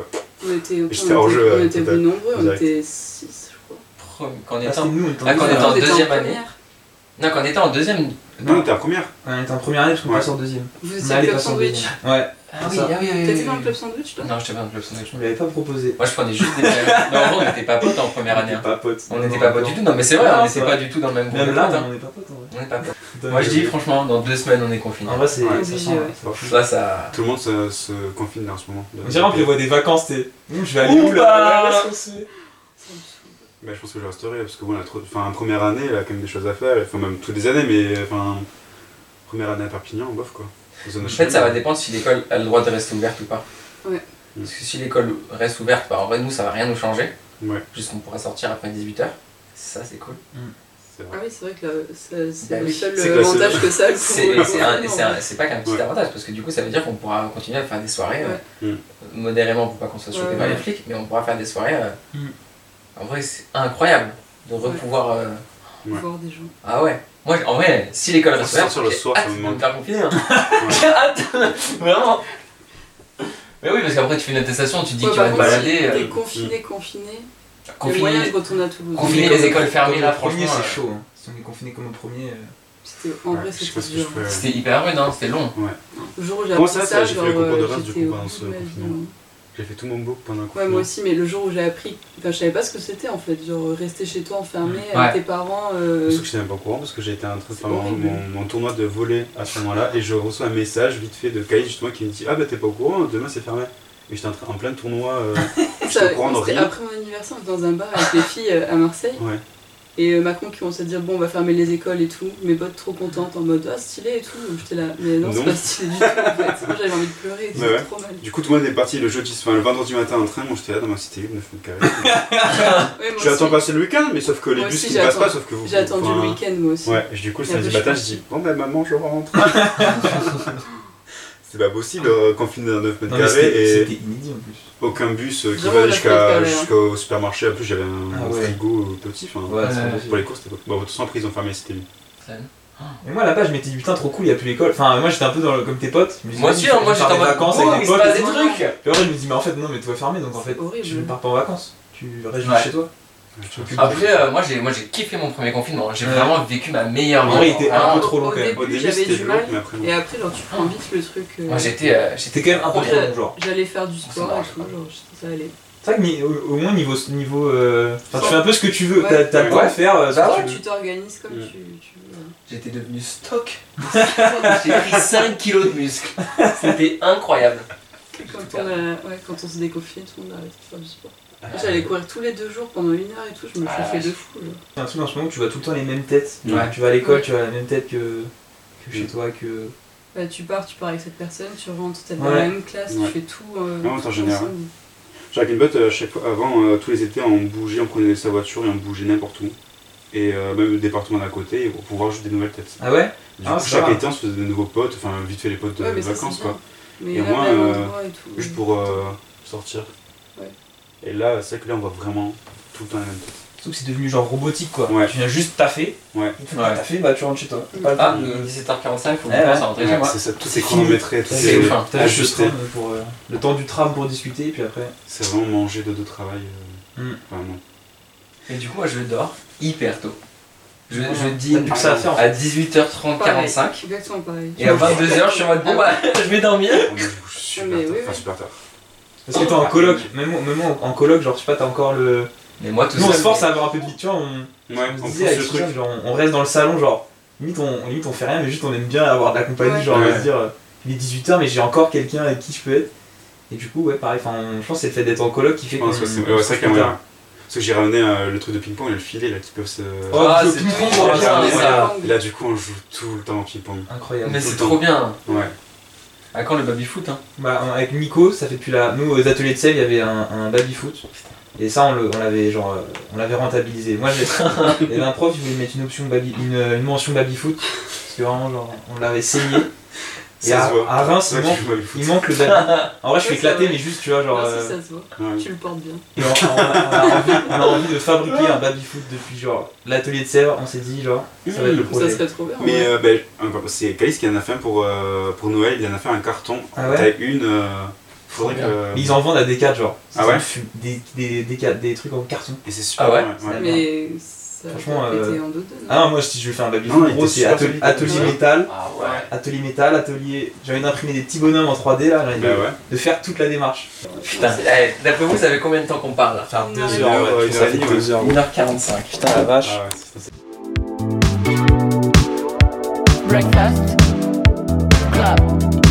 E: On était, on
C: J'étais hors
E: était-
C: jeu,
E: on
C: euh,
E: était
C: total.
E: venus nombreux, on
C: Direct.
E: était 6, je crois.
B: Premier- Quand on
D: Ah,
B: était
D: c'était
B: en...
D: nous, on était en
B: Ah, quand on
D: première.
B: était en
E: On était
B: deuxième année.
E: première.
B: Non quand on était en deuxième.
C: Non, t'es la première.
D: Ouais, on était en première année parce qu'on
C: Ouais.
D: passe en deuxième.
E: Vous
D: On
E: étiez au
D: allait
E: club
D: passer en
E: sandwich.
D: deuxième. Ouais,
B: Ah
D: Ça.
B: oui oui.
E: T'étais dans le club sandwich, toi
B: Non j'étais pas dans le club sandwich.
D: on lui avait pas proposé.
B: Moi je prenais juste des. non en vrai on était pas potes en première année.
D: On
B: hein.
D: était pas potes.
B: On n'était pas potes du tout. Non mais c'est vrai
D: Ah,
B: on
D: c'est
B: n'était pas
D: vrai.
B: du tout dans le même groupe. de
D: Même là,
B: potes, hein. Euh, Ah,
D: on est pas potes. en vrai.
B: On n'est pas potes.
D: Putain,
B: Moi je dis
D: mais-
B: franchement dans deux semaines on est confinés.
D: En vrai, c'est.
C: Ouais,
D: ça
E: obligé,
D: sent-
E: ouais.
D: ça sent-
B: Là ça.
C: Tout le monde se, se confine en ce moment.
D: On dirait on prévoit des vacances, t'es. Hum, Je vais aller
B: Ouh,
D: où là
B: bah.
D: Ouais, ouais, ouais, c'est- c'est-
C: Bah, je pense que je resterai parce que bon, la trop... enfin, première année, elle a quand même des choses à faire. Enfin, même toutes les années, mais enfin, première année à Perpignan, bof quoi. Zone
B: En
C: HLM.
B: fait, ça va dépendre si l'école a le droit de rester ouverte ou pas.
E: Ouais.
B: Parce que si l'école reste ouverte, bah, en vrai, nous, ça va rien nous changer.
C: Ouais.
B: Juste qu'on pourra sortir après 18h. Ça, c'est cool.
C: C'est vrai.
E: Ah oui, c'est vrai que là, c'est c'est
B: Bah
E: le
B: oui.
E: seul
C: C'est que la seule-
E: avantage que ça a. le
B: C'est
E: pour-
B: c'est un- c'est un- c'est pas qu'un petit
C: Ouais.
B: avantage, parce que du coup, ça veut dire qu'on pourra continuer à faire des soirées euh,
C: Mm.
B: modérément pour pas qu'on soit chopé
E: Ouais.
B: par les flics, mais on pourra faire des soirées. euh,
D: Mm.
B: En vrai, c'est incroyable de
E: Ouais.
B: repouvoir. euh,
C: Ouais.
E: Voir des gens.
B: Ah ouais. Moi, en vrai, si l'école reste
C: On sort
B: ouverte,
C: sur le
B: j'ai
C: soir, ça
B: hâte
C: me
B: de
C: manque.
B: me faire confiner. hein. J'ai hâte, vraiment. Mais oui, parce qu'après, tu fais une attestation, tu dis que
E: Ouais, bah,
B: tu
E: par
B: vas te
E: contre,
B: balader.
E: si
B: euh,
E: T'es confiné, confiné. Le
B: Confiner,
E: moyen de retourner à Toulouse.
B: confiner les écoles fermées là, franchement,
D: premier, c'est
B: euh,
D: chaud. hein. Si on est confiné comme au premier. euh,
E: C'était- En vrai,
C: Ouais, je sais
E: c'était
C: pas ce que je
E: dur.
C: peux.
B: c'était hyper rude, hein, c'était long.
E: Le jour où j'ai
C: Comment
E: appris ça,
C: ça, ça, j'ai fait
E: genre,
C: le concours de
E: euh,
C: Reims, du
E: j'étais
C: coup, pendant
E: au
C: ce
E: bout de ma vie.
C: confinement. J'ai fait tout mon book pendant un
E: Ouais,
C: confinement.
E: moi aussi, mais le jour où j'ai appris, enfin, je savais pas ce que c'était en fait, genre rester chez toi enfermé
B: Ouais.
E: avec tes parents. euh,
C: Sauf que j'étais même pas au courant parce que j'ai été en train de
E: C'est
C: faire mon,
E: horrible.
C: mon- mon tournoi de volet à ce moment-là et je reçois un message vite fait de Kaïd justement qui me dit Ah bah t'es pas au courant, demain c'est fermé. Et j'étais en, train- en plein tournoi. euh, j'étais
E: ça-
C: au courant de
E: c'était
C: rien.
E: après mon anniversaire, j'étais dans un bar avec les filles euh, à Marseille
C: Ouais.
E: et euh, Macron qui commençait à dire bon, on va fermer les écoles et tout. Mes potes trop contentes en mode ah, stylé et tout. Donc, J'étais là, mais non, c'est
C: Non.
E: pas stylé du tout en fait. Moi j'avais envie de pleurer,
C: Bah
E: c'était
C: ouais.
E: trop mal.
C: Du coup, tout le monde est parti le jeudi, enfin le vendredi matin en train. Moi j'étais là dans ma cité 9 mètres carrés.
E: Ouais, moi
C: Je l'attends
E: aussi,
C: passer le week-end, mais sauf que les
E: Moi
C: bus
E: aussi,
C: qui
E: j'ai
C: ne passent
E: attendu-
C: pas, sauf que vous.
E: J'ai attendu
C: enfin,
E: le week-end moi aussi.
C: Ouais, et du coup, le
E: Et après,
C: samedi
E: je
C: matin, je
E: suis
C: dis Bon bah maman, je rentre. c'est pas possible, euh, confiné dans 9 mètres
D: Non, mais c'était
C: carrés et
D: c'était inédit en plus.
C: aucun bus euh, qui
E: Vraiment,
C: va
E: la
C: jusqu'à
E: fenêtre carrée, hein.
C: jusqu'au supermarché. En plus, j'avais un
D: Ah
C: un
D: ouais.
C: frigo euh, petit. enfin,
D: Ouais,
B: Euh,
D: c'est
C: Pour
D: impossible.
C: les courses, c'était pas. Bon, de toute façon, après, ils ont fermé, c'était
D: Mais moi là-bas, je m'étais dit putain, trop cool, il y a plus l'école. Enfin, moi j'étais un peu dans le... comme tes potes. Je me suis
B: Moi
D: dit,
B: aussi,
D: je
B: hein,
D: vais
B: moi
D: faire
B: j'étais en
D: des
B: mode
D: vacances
B: oh,
D: avec
B: il
D: des
B: se
D: potes.
B: passe
D: et
B: des
D: tout.
B: trucs
D: Puis après, je me dis, mais en fait, non, mais tout va fermer donc en fait,
E: horrible.
D: je ne pars pas en vacances. Tu réjouis
B: Ouais.
D: chez toi.
C: Ah,
B: Après, euh, moi j'ai moi j'ai kiffé mon premier confinement, j'ai
D: Ouais.
B: vraiment vécu ma meilleure
D: En
B: vie.
D: vrai, il était
B: Vraiment.
D: un peu trop long
E: Au
D: quand même.
E: début,
C: Au début,
E: j'avais
C: c'était
E: du
C: glauque,
E: mal.
C: mais après,
E: Et
C: non.
E: après, genre tu prends vite le truc. euh,
B: Moi j'étais euh,
D: C'était
B: j'étais
D: quand même un peu trop long, genre.
E: J'allais faire du sport
B: marche
E: et tout, genre ça allait.
D: C'est vrai que ni- au, au moins niveau. niveau euh, enfin, tu fais un peu ce que tu veux,
E: Ouais.
D: t'as t'as le droit de faire euh, ce
B: Bah
D: que
B: ouais,
D: tu
E: Tu
D: veux.
E: t'organises comme
C: Mm.
E: tu, tu veux.
B: j'étais devenu stock. j'ai pris 5 kilos de muscles. C'était incroyable. Ah,
E: Quand on, a- ouais, quand on se déconfine, tout le monde a arrêté de faire du sport.
C: Ah.
E: Moi, J'allais courir tous les deux jours pendant une heure et tout, je me
B: Ah,
E: chauffais
B: ouais.
E: de fou. genre.
D: C'est un truc en ce moment où tu vois tout le temps les mêmes têtes.
B: Ouais.
D: Genre, Tu vas à l'école, tu as la même tête que, que chez
C: Mm.
D: toi, que.
E: Bah, tu pars, tu pars avec cette personne, tu rentres, t'es dans
D: Ouais.
E: la même classe,
C: Ouais.
E: tu fais tout. euh,
C: Ouais, en temps
E: tout
C: général.
E: ensemble.
C: Jacques Bot, euh, à chaque fois, avant, euh, tous les étés, on bougeait, on prenait sa voiture et on bougeait n'importe où. Et euh, même le département d'à côté, pour pouvoir ajouter des nouvelles têtes.
D: Ah ouais
C: Du
D: Ah,
C: coup,
D: ça
C: chaque
D: va.
C: été, on se faisait de nouveaux potes, enfin, vite fait les potes de
E: Ouais, mais ça,
C: vacances,
E: c'est
C: quoi.
E: bien. Mais
C: Et
E: là,
C: moi,
E: même
C: euh,
E: endroit et tout.
C: Juste pour euh, sortir.
E: Ouais.
C: Et là, c'est vrai que là, on voit vraiment tout le temps les mêmes têtes.
D: Sauf que c'est devenu genre robotique quoi.
C: Ouais.
D: Tu viens juste taffer.
C: Ouais.
D: Une fois que t'as
B: Ouais.
D: taffé, bah tu rentres chez toi.
E: Mm.
D: Pas le temps
B: Ah,
D: de-
B: il est 17h45, faut que
D: Eh Ouais,
B: je commence à
D: ouais.
B: rentrer chez moi.
C: c'est ça, tout
D: C'est
C: est
D: fini.
C: chronométré, tout
D: T'as
B: c'est-
C: est.
D: juste-
B: fin.
D: t'as juste le
C: Ajusté.
D: tram pour euh, le temps du tram pour discuter, puis après.
C: C'est vraiment manger de deux travail. euh,
D: Mm.
C: Vraiment.
B: Et du coup, moi je dors hyper tôt. Je, euh, je
D: T'as
B: dîne
D: plus que ça à faire en
B: à 18h30,
E: Pareil.
B: 45.
E: Exactement pareil.
B: Et à 22h, je suis en mode bon bah, je vais dormir.
C: On
D: Ah,
C: mange super
E: Ah, mais
C: tard.
E: oui,
C: Enfin,
E: oui.
C: super tard.
D: Parce que t'es en coloc, même, moi- même moi, en coloc, genre je sais pas, t'as encore le.
B: Mais moi tout
D: Nous on
B: seul,
D: se force à avoir un peu de vie, tu vois, on,
C: Ouais,
D: on se
C: on pousse
D: disait avec
C: le truc.
D: Suzanne, genre, on- on reste dans le salon, genre limite on, limite on fait rien, mais juste on aime bien avoir de la compagnie,
E: Ouais.
D: genre on va
C: Ouais.
D: se dire euh, il est 18h, mais j'ai encore quelqu'un avec qui je peux être. Et du coup, ouais, pareil, enfin, on- je pense que c'est le fait d'être en coloc qui fait
C: Je
D: qu'on.
C: pense que c'est
D: on
C: ouais,
D: se
C: ça
D: couche
C: qui est
D: plus tard.
C: moyen. Parce que j'ai ramené euh, le truc de ping-pong et le filet là qui peuvent se.
D: Oh,
B: Ah,
D: le
B: c'est
D: ping-pong,
B: trop
D: ouais,
B: bien,
D: ça,
B: mais
D: ouais.
B: ça-
C: Et là, du coup, on joue tout le temps au ping-pong.
D: Incroyable.
B: Mais
C: tout
B: c'est
C: le temps.
B: trop bien.
C: Ouais.
B: À quand le baby foot hein
D: Bah, on- avec Nico, ça fait depuis la. Nous, aux ateliers de sel, il y avait un, un baby foot. Et ça, on le- on l'avait genre, euh, on l'avait rentabilisé. Moi, j'ai- il y avait un prof, il voulait mettre une option baby, une, euh, une mention baby foot parce que vraiment, genre, on l'avait saigné. Et
C: Ça
D: à,
C: se voit.
D: à Reims,
C: C'est
D: il
C: vrai que
D: manque,
C: je vois le foot.
D: il manque le baby. En vrai, je suis
E: Ouais, c'est
D: éclaté,
E: vrai.
D: mais juste, tu vois, genre.
E: Merci,
D: euh,
E: Ah, ça se voit.
C: Ouais.
E: Tu le portes bien.
D: et on, on a on a envie, on a envie de fabriquer un baby foot depuis genre l'atelier de Sèvres. On s'est dit genre, ça va être le
C: Mmh.
E: Ça
D: projet.
E: serait trop bien.
C: Mais
E: ouais.
C: euh, ben, enfin, c'est Calice qui en a fait un pour, euh, pour Noël, il en a fait un carton.
D: Ah ouais
C: T'as une. euh, faudrait
B: Trop
C: que-
D: Mais ils en vendent à des 4 genre.
C: Ah
D: Ça
C: ouais
D: me fume. des, des, des, quatre- des trucs en carton.
C: Et c'est super.
B: Ah ouais
C: bien,
D: C'est-
E: Mais ça
D: Franchement,
E: a pété
D: euh,
E: en deux tonnes.
D: Ah non, moi si je veux faire un baby
C: Non,
D: foot,
C: il
D: gros,
C: était
D: c'est
C: super
D: atelier-
C: solide.
D: atelier
C: Ouais.
D: métal.
B: Ah
C: ouais.
D: Atelier métal, atelier. J'ai envie d'imprimer des petits bonhommes en 3D là, j'ai envie de,
C: Bah ouais.
D: de faire toute la démarche.
B: Putain, eh, d'après vous, ça fait combien de temps qu'on parle là
D: Faire
E: Une
D: deux
E: heure et
D: heures,
C: demie,
D: ouais,
C: ouais,
D: je pense que ça
C: une
D: fait
C: heure et demie,
D: deux heures.
B: 1h45, putain la vache.
C: Ah ouais, c'est- c'est-
A: Breakfast Club